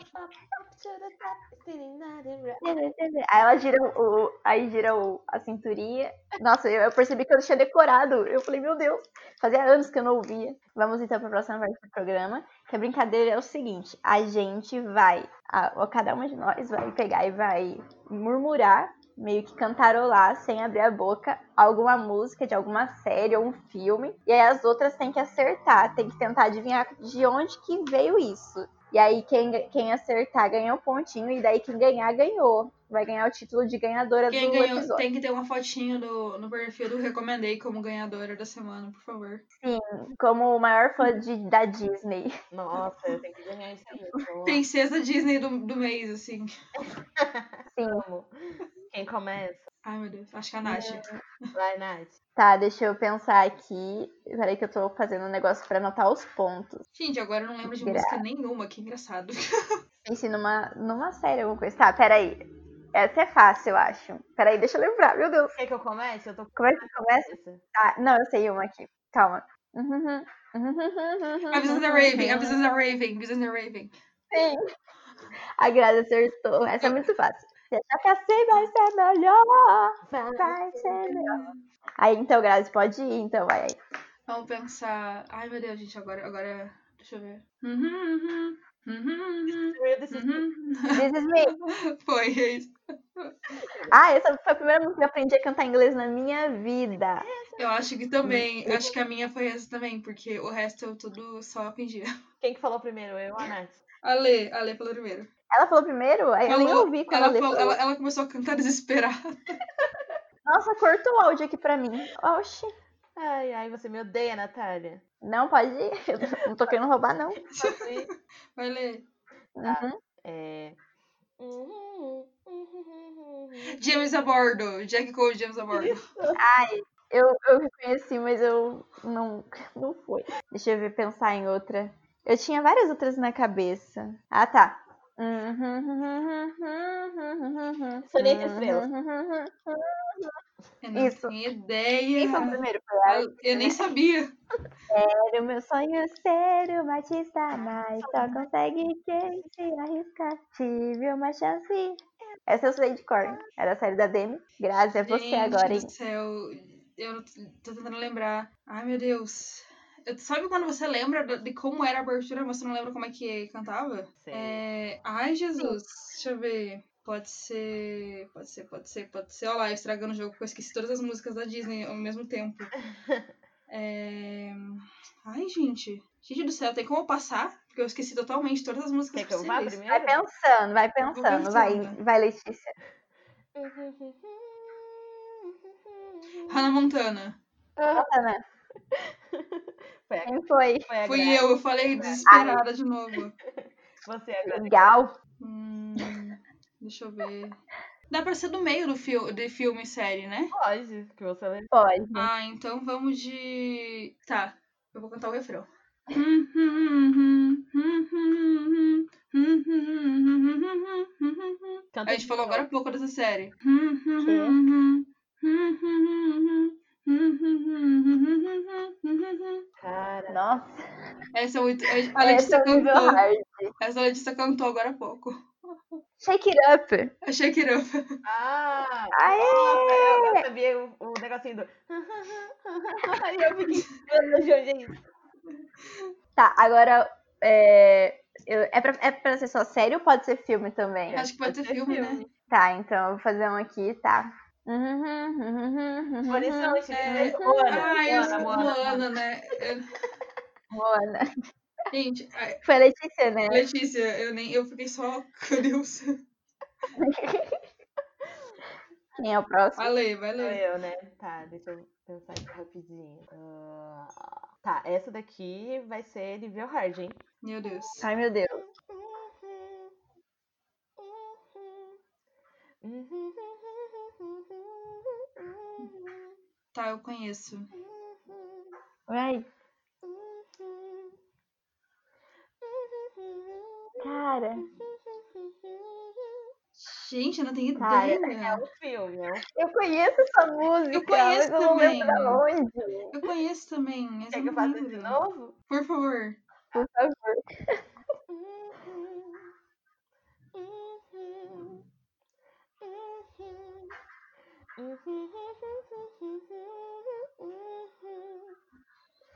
Speaker 1: Aí ela gira o. Aí gira o, a cinturinha. Nossa, eu, eu percebi que eu tinha decorado. Eu falei, meu Deus, fazia anos que eu não ouvia. Vamos então pra próxima parte do programa. Que a brincadeira é o seguinte: a gente vai. A, a cada uma de nós vai pegar e vai murmurar, meio que cantarolar, sem abrir a boca, alguma música de alguma série ou um filme. E aí as outras têm que acertar, tem que tentar adivinhar de onde que veio isso. E aí quem, quem acertar ganha o pontinho, e daí quem ganhar, ganhou. Vai ganhar o título de ganhadora
Speaker 2: Quem
Speaker 1: do
Speaker 2: ganhou
Speaker 1: episódio.
Speaker 2: tem que ter uma fotinho do, no perfil do Recomendei como ganhadora da semana, por favor.
Speaker 1: Como o maior fã de, da Disney.
Speaker 3: Nossa, eu tenho que ganhar isso aí. eu
Speaker 2: Princesa Disney do, do mês, assim.
Speaker 1: Sim.
Speaker 3: amo. Quem começa?
Speaker 2: Ai, meu Deus, acho que é a Nath.
Speaker 1: É.
Speaker 3: Vai, Nath.
Speaker 1: Tá, deixa eu pensar aqui. Peraí que eu tô fazendo um negócio pra anotar os pontos.
Speaker 2: Gente, agora eu não lembro de
Speaker 1: Gra-
Speaker 2: música nenhuma, que engraçado.
Speaker 1: Pensei numa, numa série, alguma coisa. Tá, peraí. Essa é fácil, eu acho. Peraí, deixa eu lembrar. Meu Deus.
Speaker 3: Quer que eu comece? Eu tô com
Speaker 1: Como é que começa?
Speaker 3: essa.
Speaker 1: Tá, não, eu sei uma aqui. Calma.
Speaker 2: A Business da Raven, a Business da Raven, Business da Raven.
Speaker 1: Sim. A Grazi acertou. Essa é muito fácil. Se achar que assim vai ser melhor. Vai ser melhor. Aí, então, Grazi, pode ir. Então, vai aí.
Speaker 2: Vamos pensar. Ai, meu Deus, gente, agora. agora... Deixa eu ver. Uhum, uhum, uhum,
Speaker 3: Primeiro desses-
Speaker 2: uhum,
Speaker 1: This is me.
Speaker 2: uhum. Foi, é isso.
Speaker 1: Ah, essa foi a primeira música que eu aprendi a cantar inglês na minha vida.
Speaker 2: Eu acho que
Speaker 1: Hum.
Speaker 2: também. Acho que a minha foi essa também, porque o resto eu tudo só fingia.
Speaker 3: Quem que falou primeiro? Eu ou a Nath?
Speaker 2: Ale, Ale falou primeiro.
Speaker 1: Ela falou primeiro? Aí É, eu nem
Speaker 2: Falou-
Speaker 1: ouvi quando
Speaker 2: Ela,
Speaker 1: ela, leu.
Speaker 2: falou- ela, ela começou a cantar desesperada.
Speaker 1: Nossa, cortou o áudio aqui pra mim. Oxi.
Speaker 3: Ai, ai, você me odeia, Natália.
Speaker 1: Não, pode ir. Eu não tô querendo roubar, não.
Speaker 3: Posso ir?
Speaker 2: Vai ler.
Speaker 1: Uhum.
Speaker 3: É. uhum,
Speaker 2: James a bordo. Jack Cole, James a bordo.
Speaker 1: Eu, eu reconheci, mas eu não, não foi. Deixa eu ver, pensar em outra. Eu tinha várias outras na cabeça. Ah, tá. uhum,
Speaker 3: Soneto Estrelas.
Speaker 2: Eu não
Speaker 1: Isso.
Speaker 2: tenho ideia.
Speaker 1: uhum, Quem foi o primeiro? Foi a
Speaker 2: Eu, eu nem sabia.
Speaker 1: Era o meu sonho é ser uma artista, mas Ah, só consegue quem se arriscar. Tive uma chance. Essa eu sei de cor. Era a série da Demi. Graças a é você
Speaker 2: Gente
Speaker 1: agora, hein?
Speaker 2: do céu. Eu não- tô tentando lembrar. Ai, meu Deus. Eu- sabe quando você lembra do- de como era a abertura, mas você não lembra como é que cantava?
Speaker 3: Sei.
Speaker 2: É... Ai, Jesus. Deixa eu ver. Pode ser, pode ser, pode ser, pode ser. Olha lá, eu estragando o jogo, porque eu esqueci todas as músicas da Disney ao mesmo tempo. É... Ai, gente. Gente do céu, tem como eu passar? Porque eu esqueci totalmente todas as músicas
Speaker 3: Quer que eu vá
Speaker 2: possíveis.
Speaker 1: Vai
Speaker 3: primeiro?
Speaker 1: pensando, vai pensando.
Speaker 2: pensando,
Speaker 1: Vai,
Speaker 2: né?
Speaker 1: vai Letícia.
Speaker 2: Hannah Montana.
Speaker 1: Montana,
Speaker 3: Foi a,
Speaker 1: Quem foi?
Speaker 3: foi a
Speaker 2: Fui
Speaker 3: Grazi.
Speaker 2: eu, eu falei desesperada de novo.
Speaker 3: Você é agora.
Speaker 1: Legal.
Speaker 2: Hum, deixa eu ver. Dá pra ser do meio do fil de filme e série, né?
Speaker 3: Pode, que você lembra.
Speaker 1: Pode.
Speaker 2: Ah, então vamos de. Tá, eu vou cantar o refrão.
Speaker 3: Canta
Speaker 2: A gente
Speaker 3: de
Speaker 2: falou
Speaker 3: novo.
Speaker 2: agora há pouco dessa série.
Speaker 3: Cara,
Speaker 1: Nossa,
Speaker 2: Essa é muito. A
Speaker 1: esse é
Speaker 2: Letícia
Speaker 1: o nível
Speaker 2: cantou.
Speaker 1: hard.
Speaker 2: Essa a Letícia cantou agora há pouco.
Speaker 1: Shake it up.
Speaker 2: A Shake It Up.
Speaker 3: Ah!
Speaker 1: Aê!
Speaker 3: Nossa, eu, eu sabia o, o negocinho do. e eu fiquei esperando de onde é isso.
Speaker 1: Tá, agora. É, eu- é, pra, é pra ser só série ou pode ser filme também?
Speaker 2: Acho que pode ser filme, né?
Speaker 1: Tá, então eu vou fazer um aqui, tá. uhum,
Speaker 3: Por isso eu achei
Speaker 2: É,
Speaker 3: que Moana,
Speaker 2: Ah, eu sou
Speaker 3: Moana, Moana.
Speaker 2: Moana, né? Eu-
Speaker 1: Moana.
Speaker 2: Gente, a-
Speaker 1: Foi a Letícia, né?
Speaker 2: Letícia, eu nem. Eu fiquei só. Meu Deus.
Speaker 1: Quem é o próximo?
Speaker 2: Valeu,
Speaker 3: Sou
Speaker 2: valeu.
Speaker 3: eu, né? Tá, deixa eu pensar aqui rapidinho. Ah, tá, essa daqui vai ser nível hard, hein?
Speaker 2: Meu Deus.
Speaker 1: Ai, meu Deus.
Speaker 2: Tá, eu conheço.
Speaker 1: Ai, cara.
Speaker 2: Gente, eu não tenho
Speaker 1: Tá, é
Speaker 3: É
Speaker 2: ideia.
Speaker 3: um filme, é um filme.
Speaker 1: Eu conheço essa música, mas
Speaker 2: conheço
Speaker 1: eu não
Speaker 2: também.
Speaker 1: lembro da onde.
Speaker 2: Eu conheço também. Mas
Speaker 3: Quer
Speaker 2: eu
Speaker 3: que eu
Speaker 2: não
Speaker 3: faça
Speaker 2: lembro.
Speaker 3: de novo?
Speaker 2: Por favor.
Speaker 1: Por favor.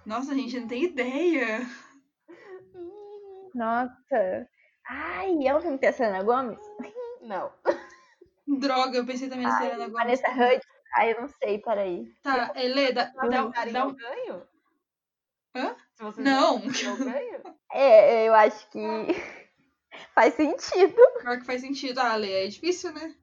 Speaker 2: Nossa, gente, eu não tenho ideia.
Speaker 1: Nossa. Ai, é um filme que tem a Selena Gomes?
Speaker 3: Não.
Speaker 2: Droga, eu pensei também na
Speaker 1: Ai,
Speaker 2: Serena agora.
Speaker 1: Vanessa Hudgens? Ai, eu não sei, peraí.
Speaker 2: Tá, Elê, dá, dá,
Speaker 3: Se
Speaker 2: dá,
Speaker 3: vocês
Speaker 2: um-
Speaker 3: eu ganho?
Speaker 2: Hã?
Speaker 3: Se vocês
Speaker 2: Não.
Speaker 3: darem, Eu ganho?
Speaker 1: É, eu acho que faz sentido.
Speaker 2: Pior que faz sentido. Ah, Elê, é difícil, né?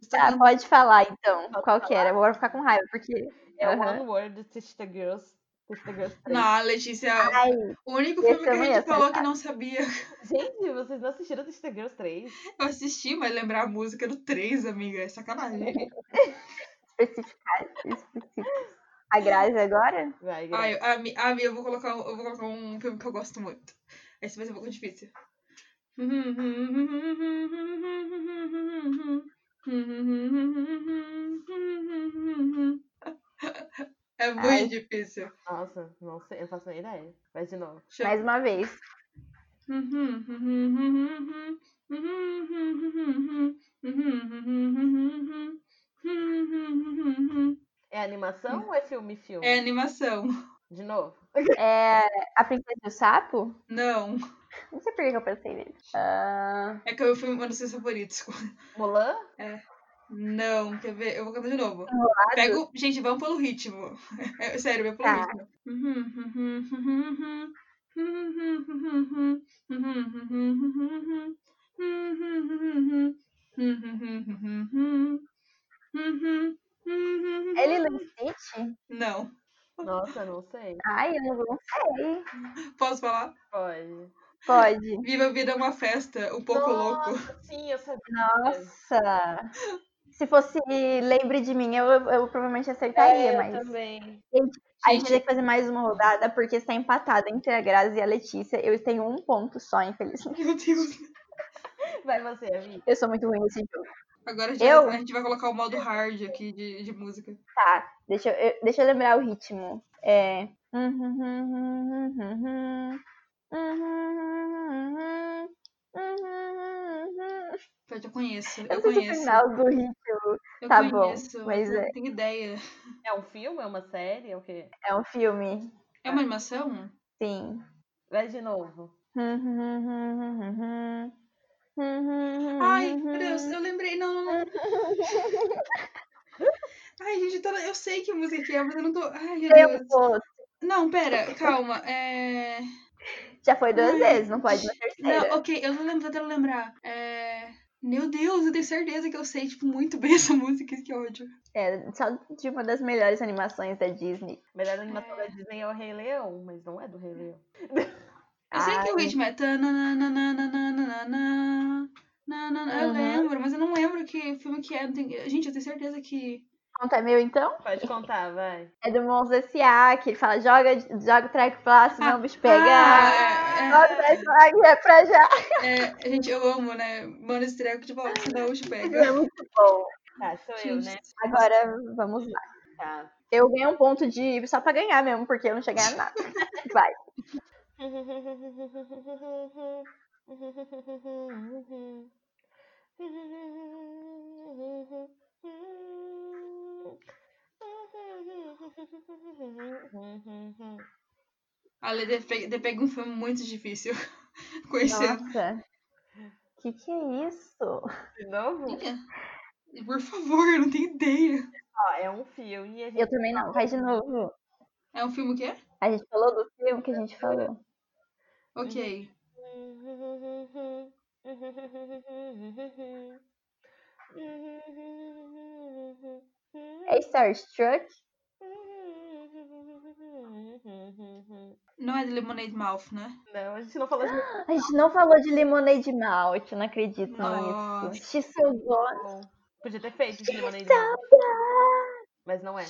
Speaker 2: Você
Speaker 1: Tá,
Speaker 2: tá cantando-
Speaker 1: pode falar então
Speaker 3: Posso
Speaker 1: qual que era. Agora eu vou ficar com raiva, porque.
Speaker 3: É
Speaker 1: Aham.
Speaker 3: One Word Sister Girls. Sister Girls 3.
Speaker 2: Não, Letícia,
Speaker 1: Ai,
Speaker 2: o único
Speaker 1: esse
Speaker 2: filme que
Speaker 1: eu não
Speaker 2: a
Speaker 1: ia
Speaker 2: gente falou que
Speaker 1: acertar.
Speaker 2: não sabia.
Speaker 3: Gente, vocês não assistiram Sister Girls 3?
Speaker 2: Eu assisti, mas lembrar a música do 3, amiga. É sacanagem.
Speaker 1: especificar, especificar. A Grazi agora?
Speaker 3: Vai,
Speaker 2: Ai,
Speaker 3: Grazi.
Speaker 2: eu- ami- ami, eu vou colocar, um- eu vou colocar um filme que eu gosto muito. Esse vai ser um pouco difícil. É muito
Speaker 1: Ai.
Speaker 2: difícil.
Speaker 3: Nossa, não sei, eu não faço nem ideia. Vai de novo.
Speaker 2: Deixa eu-
Speaker 1: Mais uma vez.
Speaker 3: É animação ou é filme-filme?
Speaker 2: É animação.
Speaker 3: De novo.
Speaker 1: É A Princesa do Sapo?
Speaker 2: Não.
Speaker 1: Não sei por que que eu pensei nele. Ah,
Speaker 2: É que eu fui um dos seus favoritos.
Speaker 3: Mulan?
Speaker 2: Não, quer ver? Eu vou cantar de novo. Pega o- Gente, vamos pelo ritmo. É, sério, vai pelo
Speaker 1: Tá.
Speaker 2: ritmo.
Speaker 1: é Lilo e Stitch?
Speaker 2: Não.
Speaker 3: Nossa, não sei.
Speaker 1: Ai, eu não não sei.
Speaker 2: Posso falar?
Speaker 3: Pode.
Speaker 1: Pode.
Speaker 2: Viva a vida é uma festa, um pouco
Speaker 3: Nossa,
Speaker 2: louco.
Speaker 3: Sim, eu sabia.
Speaker 1: Nossa. Se fosse Lembre de mim, eu, eu, provavelmente acertaria, mas.
Speaker 3: É, também.
Speaker 1: A gente tem que fazer mais uma rodada, porque está empatada entre a Grazi e a Letícia. Eu tenho um ponto só, infelizmente.
Speaker 2: Meu Deus.
Speaker 3: Vai você, amiga.
Speaker 1: Eu sou muito ruim nesse jogo.
Speaker 2: Agora a gente, vai-
Speaker 1: Eu?
Speaker 2: a gente vai colocar o modo hard aqui de, de música.
Speaker 1: Tá, deixa eu, eu- deixa eu lembrar o ritmo. É.
Speaker 2: Eu já conheço.
Speaker 1: Eu
Speaker 2: Eu,
Speaker 1: não sei o
Speaker 2: conheço.
Speaker 1: final do ritmo.
Speaker 2: Eu
Speaker 1: Tá bom,
Speaker 2: conheço.
Speaker 1: mas
Speaker 2: eu não
Speaker 1: é-
Speaker 2: tenho ideia.
Speaker 3: É um filme? É uma série? É o quê?
Speaker 1: É um filme.
Speaker 2: É uma animação?
Speaker 1: Sim.
Speaker 3: Vai de novo.
Speaker 2: Ai, meu Deus, eu lembrei. Não, não, não. Ai, gente, eu, tô- eu sei que música é, mas eu não tô. Ai, meu Deus.
Speaker 1: Tempo.
Speaker 2: Não, pera, calma. É.
Speaker 1: Já foi duas
Speaker 2: Ai,
Speaker 1: vezes, não pode na terceira.
Speaker 2: Não, ok, eu não lembro, tô tentando lembrar. É. Meu Deus, eu tenho certeza que eu sei, tipo, muito bem essa música, que ódio.
Speaker 1: É só de uma das melhores animações da Disney.
Speaker 3: Melhor animação da Disney é o Rei Leão, mas não é do Rei Leão.
Speaker 2: Eu sei que o
Speaker 1: Ai.
Speaker 2: ritmo é. tananananananana, nanana, Eu
Speaker 1: Uhum.
Speaker 2: lembro, mas eu não lembro que filme que é. não tem- Gente, eu tenho certeza que.
Speaker 1: Conta meu então?
Speaker 3: Pode contar, vai.
Speaker 1: É do Mons S.A. que ele fala: joga, joga o track pra lá, senão o bicho pega.
Speaker 2: Ah,
Speaker 1: Joga o track pra lá, que é pra já.
Speaker 2: é, é, gente, eu amo, né? Mano, esse treco de volta, senão o bicho pega.
Speaker 1: É muito bom.
Speaker 3: Tá, sou eu,
Speaker 2: Gente,
Speaker 3: né?
Speaker 1: Agora vamos lá.
Speaker 3: Tá.
Speaker 1: Eu ganhei um ponto de. só pra ganhar mesmo, porque eu não cheguei a nada. Vai.
Speaker 2: Olha, The Peg The Peg é um filme muito difícil. Conhecer.
Speaker 1: Nossa. Que que é isso?
Speaker 3: De novo?
Speaker 2: Por favor, eu não tenho ideia.
Speaker 3: Ó, é um filme e a gente
Speaker 1: Eu também não. Faz de novo.
Speaker 2: É um filme o quê?
Speaker 1: A gente falou do filme que a gente falou.
Speaker 2: Ok.
Speaker 1: É Starstruck?
Speaker 2: Não é de Lemonade Mouth, né?
Speaker 3: Não, a gente não falou de
Speaker 1: A gente não falou de limonade malt, não acredito
Speaker 2: Nossa.
Speaker 1: nisso. Xi, seu dono.
Speaker 3: limão. Podia ter feito de limonade. Mas não é.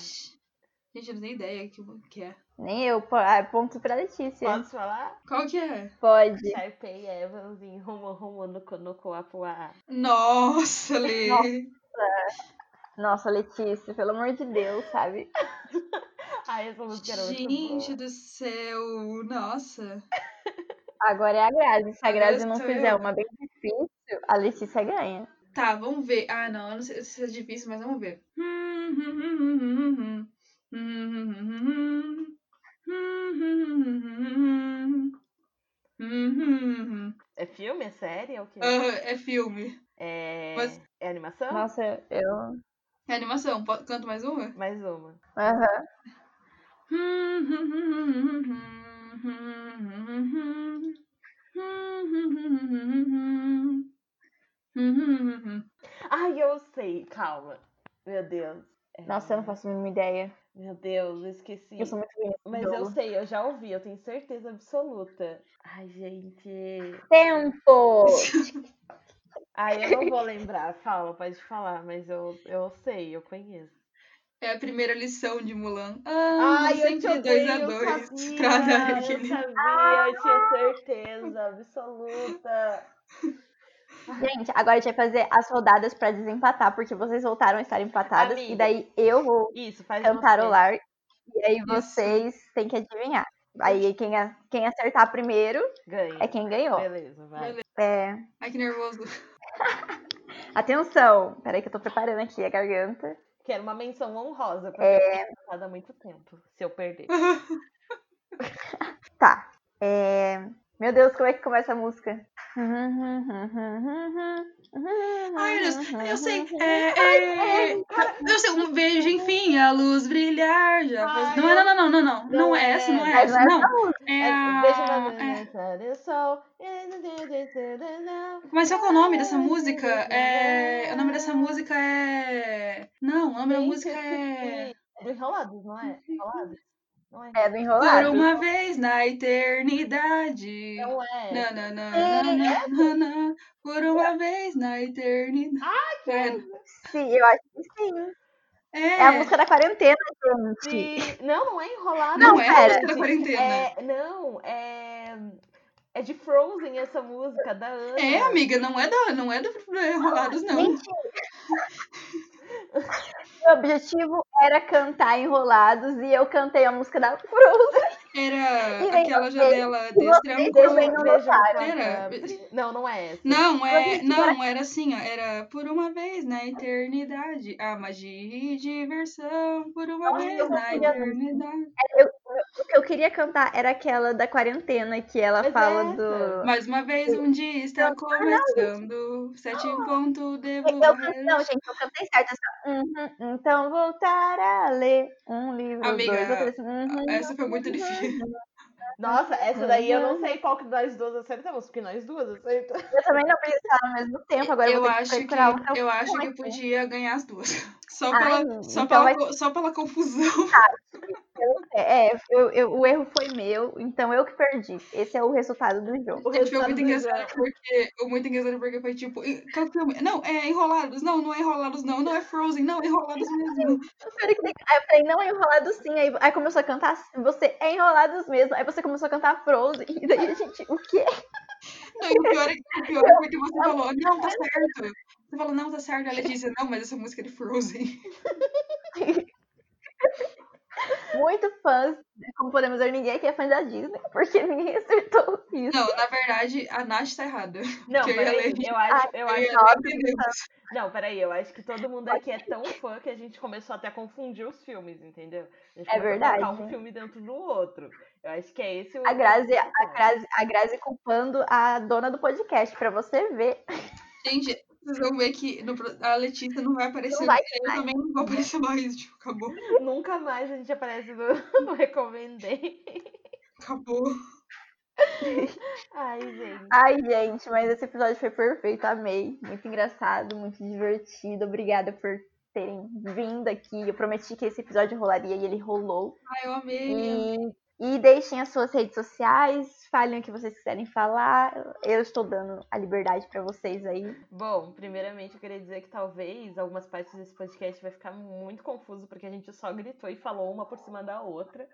Speaker 2: Gente, eu não tenho ideia que, que é.
Speaker 1: Nem eu, pô. Ah, ponto pra Letícia.
Speaker 3: Posso falar?
Speaker 2: Qual que é?
Speaker 1: Pode.
Speaker 3: Sharpay Evans em Homo Homo no Konoko Apuá.
Speaker 2: Nossa, Lê.
Speaker 1: Nossa, Letícia, pelo amor de Deus, sabe?
Speaker 3: Ai, essa música era muito
Speaker 2: Gente
Speaker 3: boa.
Speaker 2: do céu. Nossa.
Speaker 1: Agora é a Grazi. Se a Grazi não
Speaker 2: sou
Speaker 1: fizer
Speaker 2: eu.
Speaker 1: uma bem difícil, a Letícia ganha.
Speaker 2: Tá, vamos ver. Ah, não, eu não sei se é difícil, mas vamos ver.
Speaker 3: É filme? É série? É o quê?
Speaker 2: Aham, é filme.
Speaker 3: É...
Speaker 2: Mas-
Speaker 3: é animação?
Speaker 1: Nossa, eu.
Speaker 2: É animação. Po- Canto mais uma?
Speaker 3: Mais uma.
Speaker 1: Aham.
Speaker 3: Ai, eu sei. Calma. Meu Deus. É-
Speaker 1: Nossa, eu não faço a mínima ideia.
Speaker 3: Meu Deus, eu esqueci.
Speaker 1: Eu sou muito ruim.
Speaker 3: Mas eu sei, eu já ouvi, eu tenho certeza absoluta. Ai, gente.
Speaker 1: Tempo!
Speaker 3: Ai, eu não vou lembrar. Fala, pode falar, mas eu, eu sei, eu conheço.
Speaker 2: É a primeira lição de Mulan.
Speaker 3: Ai,
Speaker 2: Ah,
Speaker 3: eu te
Speaker 2: sempre 2
Speaker 3: odeio,
Speaker 2: a
Speaker 3: eu
Speaker 2: 2
Speaker 3: sabia,
Speaker 2: pra dar
Speaker 3: Eu
Speaker 2: aquele.
Speaker 3: sabia, eu tinha certeza absoluta.
Speaker 1: Gente, agora a gente vai fazer as rodadas pra desempatar, porque vocês voltaram a estar empatadas.
Speaker 3: Amiga.
Speaker 1: E daí eu vou
Speaker 3: Isso, faz
Speaker 1: Então,
Speaker 3: você.
Speaker 1: cantarolar. E aí
Speaker 2: Isso.
Speaker 1: vocês têm que adivinhar. Aí quem, a- quem acertar primeiro
Speaker 3: Ganha.
Speaker 1: é quem ganhou.
Speaker 3: Beleza, vai.
Speaker 2: Beleza.
Speaker 1: É,
Speaker 2: Ai, que nervoso.
Speaker 1: Atenção! Peraí que eu tô preparando aqui a garganta.
Speaker 3: Quero uma menção honrosa, porque eu tenho passado há muito tempo, se eu perder.
Speaker 1: Tá. É, Meu Deus, como é que começa a música?
Speaker 2: Ai, meu Deus, eu sei. É, é, eu sei, um vejo, enfim, a luz brilhar. Já faz...
Speaker 3: Ai,
Speaker 2: não, é, não, não, não, não, não. Não é essa, não é essa. Não. É a-
Speaker 3: Deixa eu
Speaker 2: é.
Speaker 3: ver. Eu sou.
Speaker 2: Mas sabe qual é o nome dessa música? É... O nome dessa música é. Não, o nome da música é.
Speaker 3: É do Enrolados, não é? Enrolados? Não é?
Speaker 1: É do
Speaker 2: Por
Speaker 1: enrolado.
Speaker 2: uma vez na eternidade.
Speaker 3: Não é.
Speaker 2: Na, na, na, na, na, na, na, por uma vez na eternidade. Ah,
Speaker 1: Sim, eu acho que sim.
Speaker 2: é,
Speaker 1: É a música da quarentena, gente.
Speaker 3: Se- Não, não é Enrolados.
Speaker 2: Não, é a
Speaker 1: pera.
Speaker 2: música da quarentena. É,
Speaker 3: É, não, é. É de Frozen essa música da Ana.
Speaker 2: amiga, não é da, não é do Enrolados, não.
Speaker 1: Gente. Meu objetivo era cantar enrolados e eu cantei a música da Frozen.
Speaker 2: era
Speaker 1: E nem
Speaker 2: aquela
Speaker 1: você.
Speaker 2: janela
Speaker 1: Desenho
Speaker 2: destrancuda.
Speaker 1: no
Speaker 3: um Beijo
Speaker 1: otário.
Speaker 3: pra
Speaker 2: Era.
Speaker 3: Gabi. Não, não é essa.
Speaker 2: Não, é.
Speaker 1: Você
Speaker 2: Não, era assim, ó. Era por uma vez na eternidade. A magia e diversão. Por uma
Speaker 1: Nossa,
Speaker 2: vez
Speaker 1: eu
Speaker 2: na
Speaker 1: queria-
Speaker 2: eternidade.
Speaker 1: O que eu queria cantar era aquela da quarentena que ela
Speaker 3: Mas
Speaker 1: fala
Speaker 3: é
Speaker 1: do.
Speaker 2: Mais uma vez, um dia está
Speaker 1: Não,
Speaker 2: começando. Sete em ponto, devo
Speaker 1: Eu cantei, não,
Speaker 2: res-
Speaker 1: gente, eu cantei certo. Essa... Uhum, então voltar a ler um livro,
Speaker 2: Amiga, ah, é.
Speaker 1: dois, ou três. Uhum,
Speaker 2: Essa foi muito difícil.
Speaker 3: Nossa, essa daí eu não sei qual que nós duas acertamos, porque nós duas acertamos.
Speaker 1: Eu também não pensava ao mesmo tempo, agora eu
Speaker 2: Eu
Speaker 1: vou ter
Speaker 2: acho que,
Speaker 1: procurar outra
Speaker 2: eu acho que eu
Speaker 1: coisa.
Speaker 2: podia ganhar as duas. Só
Speaker 1: Ai,
Speaker 2: pela, só
Speaker 1: então
Speaker 2: pela,
Speaker 1: vai-
Speaker 2: co- só pela confusão.
Speaker 1: É, é, eu- eu- o erro foi meu, então eu que perdi. Esse é o resultado do jogo.
Speaker 3: O
Speaker 2: Gente, foi tipo,
Speaker 3: resultado
Speaker 2: é muito
Speaker 3: do jogo.
Speaker 2: engraçado porque. Foi muito engraçado porque foi tipo. e- qual filme? Não, é Enrolados. Não, não é Enrolados, não. Não é Frozen. Não, é Enrolados mesmo.
Speaker 1: Eu falei, que tem- aí eu falei, não, é enrolado sim. Aí, aí começou a cantar, você é enrolados mesmo. Aí você começou a cantar Frozen. E daí a gente, o quê?
Speaker 2: Não, e o pior, é, o pior é porque você falou, não, tá certo. Você falou, não, tá certo. A Letícia, não, mas essa música é de Frozen.
Speaker 1: Muito fãs, né, como podemos ver, ninguém aqui é fã da Disney, porque ninguém acertou isso.
Speaker 2: Não, na verdade, a Nath tá errada.
Speaker 3: Não,
Speaker 2: Que eu ia
Speaker 3: peraí,
Speaker 2: ler. Ah, é.
Speaker 3: eu acho, eu
Speaker 2: Ela
Speaker 3: acho.
Speaker 2: entendeu.
Speaker 3: Não, peraí, eu acho que todo mundo aqui é tão fã que a gente começou até a confundir os filmes, entendeu? A gente
Speaker 1: É
Speaker 3: começou a colocar
Speaker 1: verdade.
Speaker 3: um filme dentro do outro. Eu acho que é esse o.
Speaker 1: A Grazi, a, Grazi, a Grazi culpando a dona do podcast, pra você ver.
Speaker 2: Gente, vocês vão ver que no pro- a Letícia não vai aparecer.
Speaker 1: Não vai
Speaker 2: mais, eu também não vou aparecer mais. Tipo, acabou.
Speaker 3: Nunca mais a gente aparece no, no Recomendei.
Speaker 2: Acabou.
Speaker 3: Ai, gente.
Speaker 1: Ai, gente, mas esse episódio foi perfeito, amei. Muito engraçado, muito divertido. Obrigada por terem vindo aqui. Eu prometi que esse episódio rolaria e ele rolou.
Speaker 2: Ai, eu amei.
Speaker 1: E, e deixem as suas redes sociais, falem o que vocês quiserem falar. Eu estou dando a liberdade pra vocês aí.
Speaker 3: Bom, primeiramente eu queria dizer que talvez algumas partes desse podcast vai ficar muito confuso, porque a gente só gritou e falou uma por cima da outra.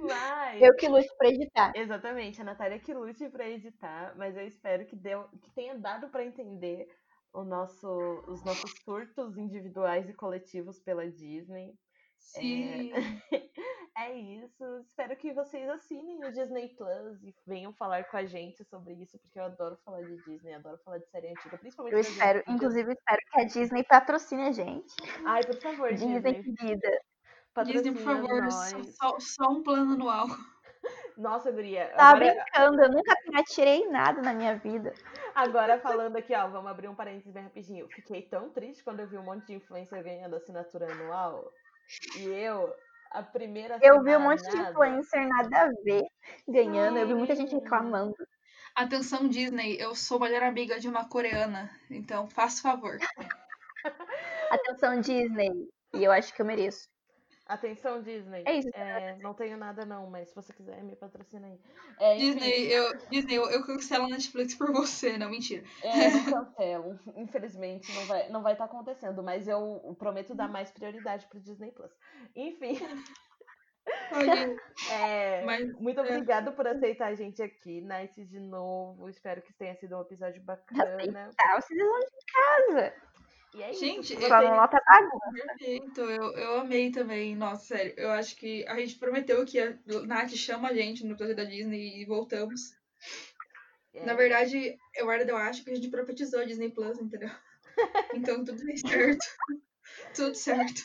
Speaker 3: Mas.
Speaker 1: Eu que luto pra editar.
Speaker 3: Exatamente, a Natália que lute pra editar, mas eu espero que, deu, que tenha dado pra entender o nosso, os nossos surtos individuais e coletivos pela Disney.
Speaker 2: Sim.
Speaker 3: É isso, espero que vocês assinem o Disney Plus e venham falar com a gente sobre isso, porque eu adoro falar de Disney, adoro falar de série antiga, principalmente
Speaker 1: Eu
Speaker 3: das
Speaker 1: espero,
Speaker 3: antigas.
Speaker 1: inclusive, espero que a Disney patrocine a gente.
Speaker 3: Ai, por favor, Disney,
Speaker 1: Disney, querida.
Speaker 3: patrocina
Speaker 2: Disney, é. por favor, só,
Speaker 3: nós.
Speaker 2: só- só um plano anual.
Speaker 3: Nossa, guria,
Speaker 1: Tá
Speaker 3: agora,
Speaker 1: brincando, eu nunca pirateei nada na minha vida.
Speaker 3: Agora falando aqui, ó, vamos abrir um parênteses bem rapidinho. Fiquei tão triste quando eu vi um monte de influencer ganhando assinatura anual. E eu, a primeira
Speaker 1: Eu vi um monte de
Speaker 3: assinada-
Speaker 1: influencer nada a ver ganhando, eu vi muita gente reclamando.
Speaker 2: Atenção, Disney, eu sou melhor amiga de uma coreana, então faça favor.
Speaker 1: Atenção, Disney. E eu acho que eu mereço.
Speaker 3: Atenção, Disney.
Speaker 1: É isso.
Speaker 3: É, não tenho nada não, mas se você quiser, me patrocina aí. É, enfim,
Speaker 2: Disney, eu, Disney, eu, eu cancelo a Netflix por você, não, mentira.
Speaker 3: é, não cancelo. Infelizmente, não vai estar não vai tá acontecendo, mas eu prometo dar mais prioridade pro Disney Plus. Enfim,
Speaker 2: Olha,
Speaker 3: é...
Speaker 2: mas
Speaker 3: Muito obrigada por aceitar a gente aqui, Night, de novo. Espero que tenha sido um episódio bacana.
Speaker 1: Tá, vocês vão de casa.
Speaker 3: E é
Speaker 2: Gente,
Speaker 3: isso.
Speaker 2: eu-
Speaker 3: Se
Speaker 1: Só não
Speaker 3: vocês-
Speaker 1: nota bagunça.
Speaker 2: perfeito, é eu, eu amei também. Nossa, sério, eu acho que a gente prometeu que a Nath chama a gente no episódio da Disney e voltamos.
Speaker 3: É.
Speaker 2: Na verdade, Eduardo, eu acho que a gente profetizou a Disney Plus, entendeu? Então tudo deu certo. tudo certo.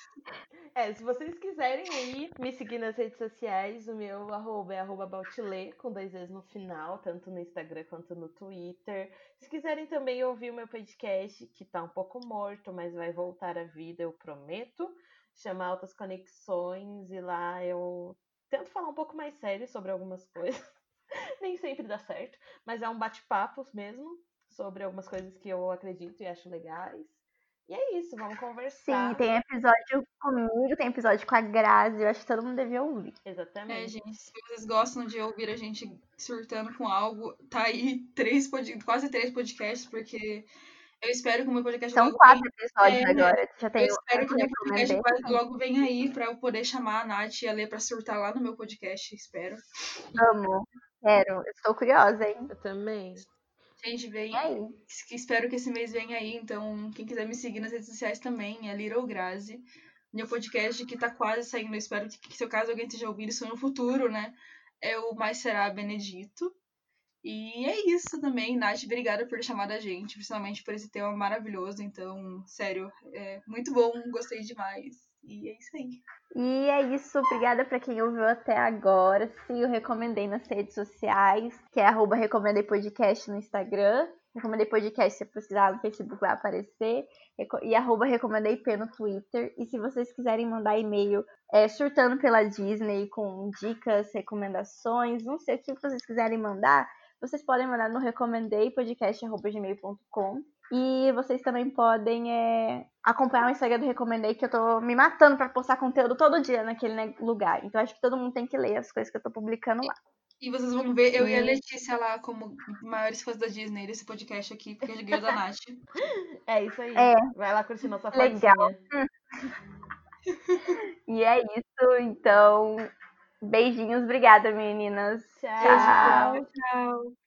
Speaker 3: É, se vocês quiserem aí me seguir nas redes sociais, o meu arroba é arroba Bautilê, com dois Z's no final, tanto no Instagram quanto no Twitter. Se quiserem também ouvir o meu podcast, que tá um pouco morto, mas vai voltar à vida, eu prometo. Chama Altas Conexões e lá eu tento falar um pouco mais sério sobre algumas coisas. Nem sempre dá certo, mas é um bate-papo mesmo sobre algumas coisas que eu acredito e acho legais. E é isso, vamos conversar.
Speaker 1: Sim, tem episódio comigo, tem episódio com a Grazi. Eu acho que todo mundo devia ouvir.
Speaker 3: Exatamente.
Speaker 2: É, gente, se vocês gostam de ouvir a gente surtando com algo, tá aí três pod- quase três podcasts, porque eu espero que o meu podcast
Speaker 1: São
Speaker 2: logo
Speaker 1: quatro
Speaker 2: venha-
Speaker 1: episódios
Speaker 2: É,
Speaker 1: agora. Já tem
Speaker 2: Eu espero que o meu podcast
Speaker 1: recomendei.
Speaker 2: quase logo venha aí pra eu poder chamar a Nath e a Lê pra surtar lá no meu podcast, espero.
Speaker 1: Amo. Quero. Eu estou curiosa, hein?
Speaker 3: Eu também.
Speaker 2: Gente,
Speaker 1: E
Speaker 2: vem.
Speaker 1: aí?
Speaker 2: que Espero que esse mês venha aí, então quem quiser me seguir nas redes sociais também é Little Grazi. meu podcast que tá quase saindo. Eu espero que, se o caso alguém esteja ouvindo isso no futuro, né? É o Mais Será Benedito. E é isso também, Nath. Obrigada por ter chamado a gente, principalmente por esse tema maravilhoso. Então, sério, é muito bom, gostei demais. E é isso aí.
Speaker 1: E é isso, obrigada para quem ouviu até agora. Se eu recomendei nas redes sociais, que é arroba recomendei podcast no Instagram. Recomendei podcast, se precisar, no Facebook vai aparecer. E arroba recomendei P no Twitter. E se vocês quiserem mandar e-mail é, surtando pela Disney com dicas, recomendações, não sei o que vocês quiserem mandar, vocês podem mandar no recomendei.podcast@gmail.com e vocês também podem é, acompanhar o Instagram do Recomendei, que eu tô me matando para postar conteúdo todo dia naquele lugar. Então acho que todo mundo tem que ler as coisas que eu tô publicando lá.
Speaker 2: E vocês vão ver eu e a Letícia lá como maiores fãs da Disney desse podcast aqui, porque eu ganhei da Nath.
Speaker 3: É isso aí.
Speaker 1: É.
Speaker 3: Vai lá curtir nossa
Speaker 1: Legal.
Speaker 3: fotinha.
Speaker 1: E é isso, então. Beijinhos, obrigada, meninas.
Speaker 3: Tchau.
Speaker 1: Tchau.
Speaker 2: Tchau.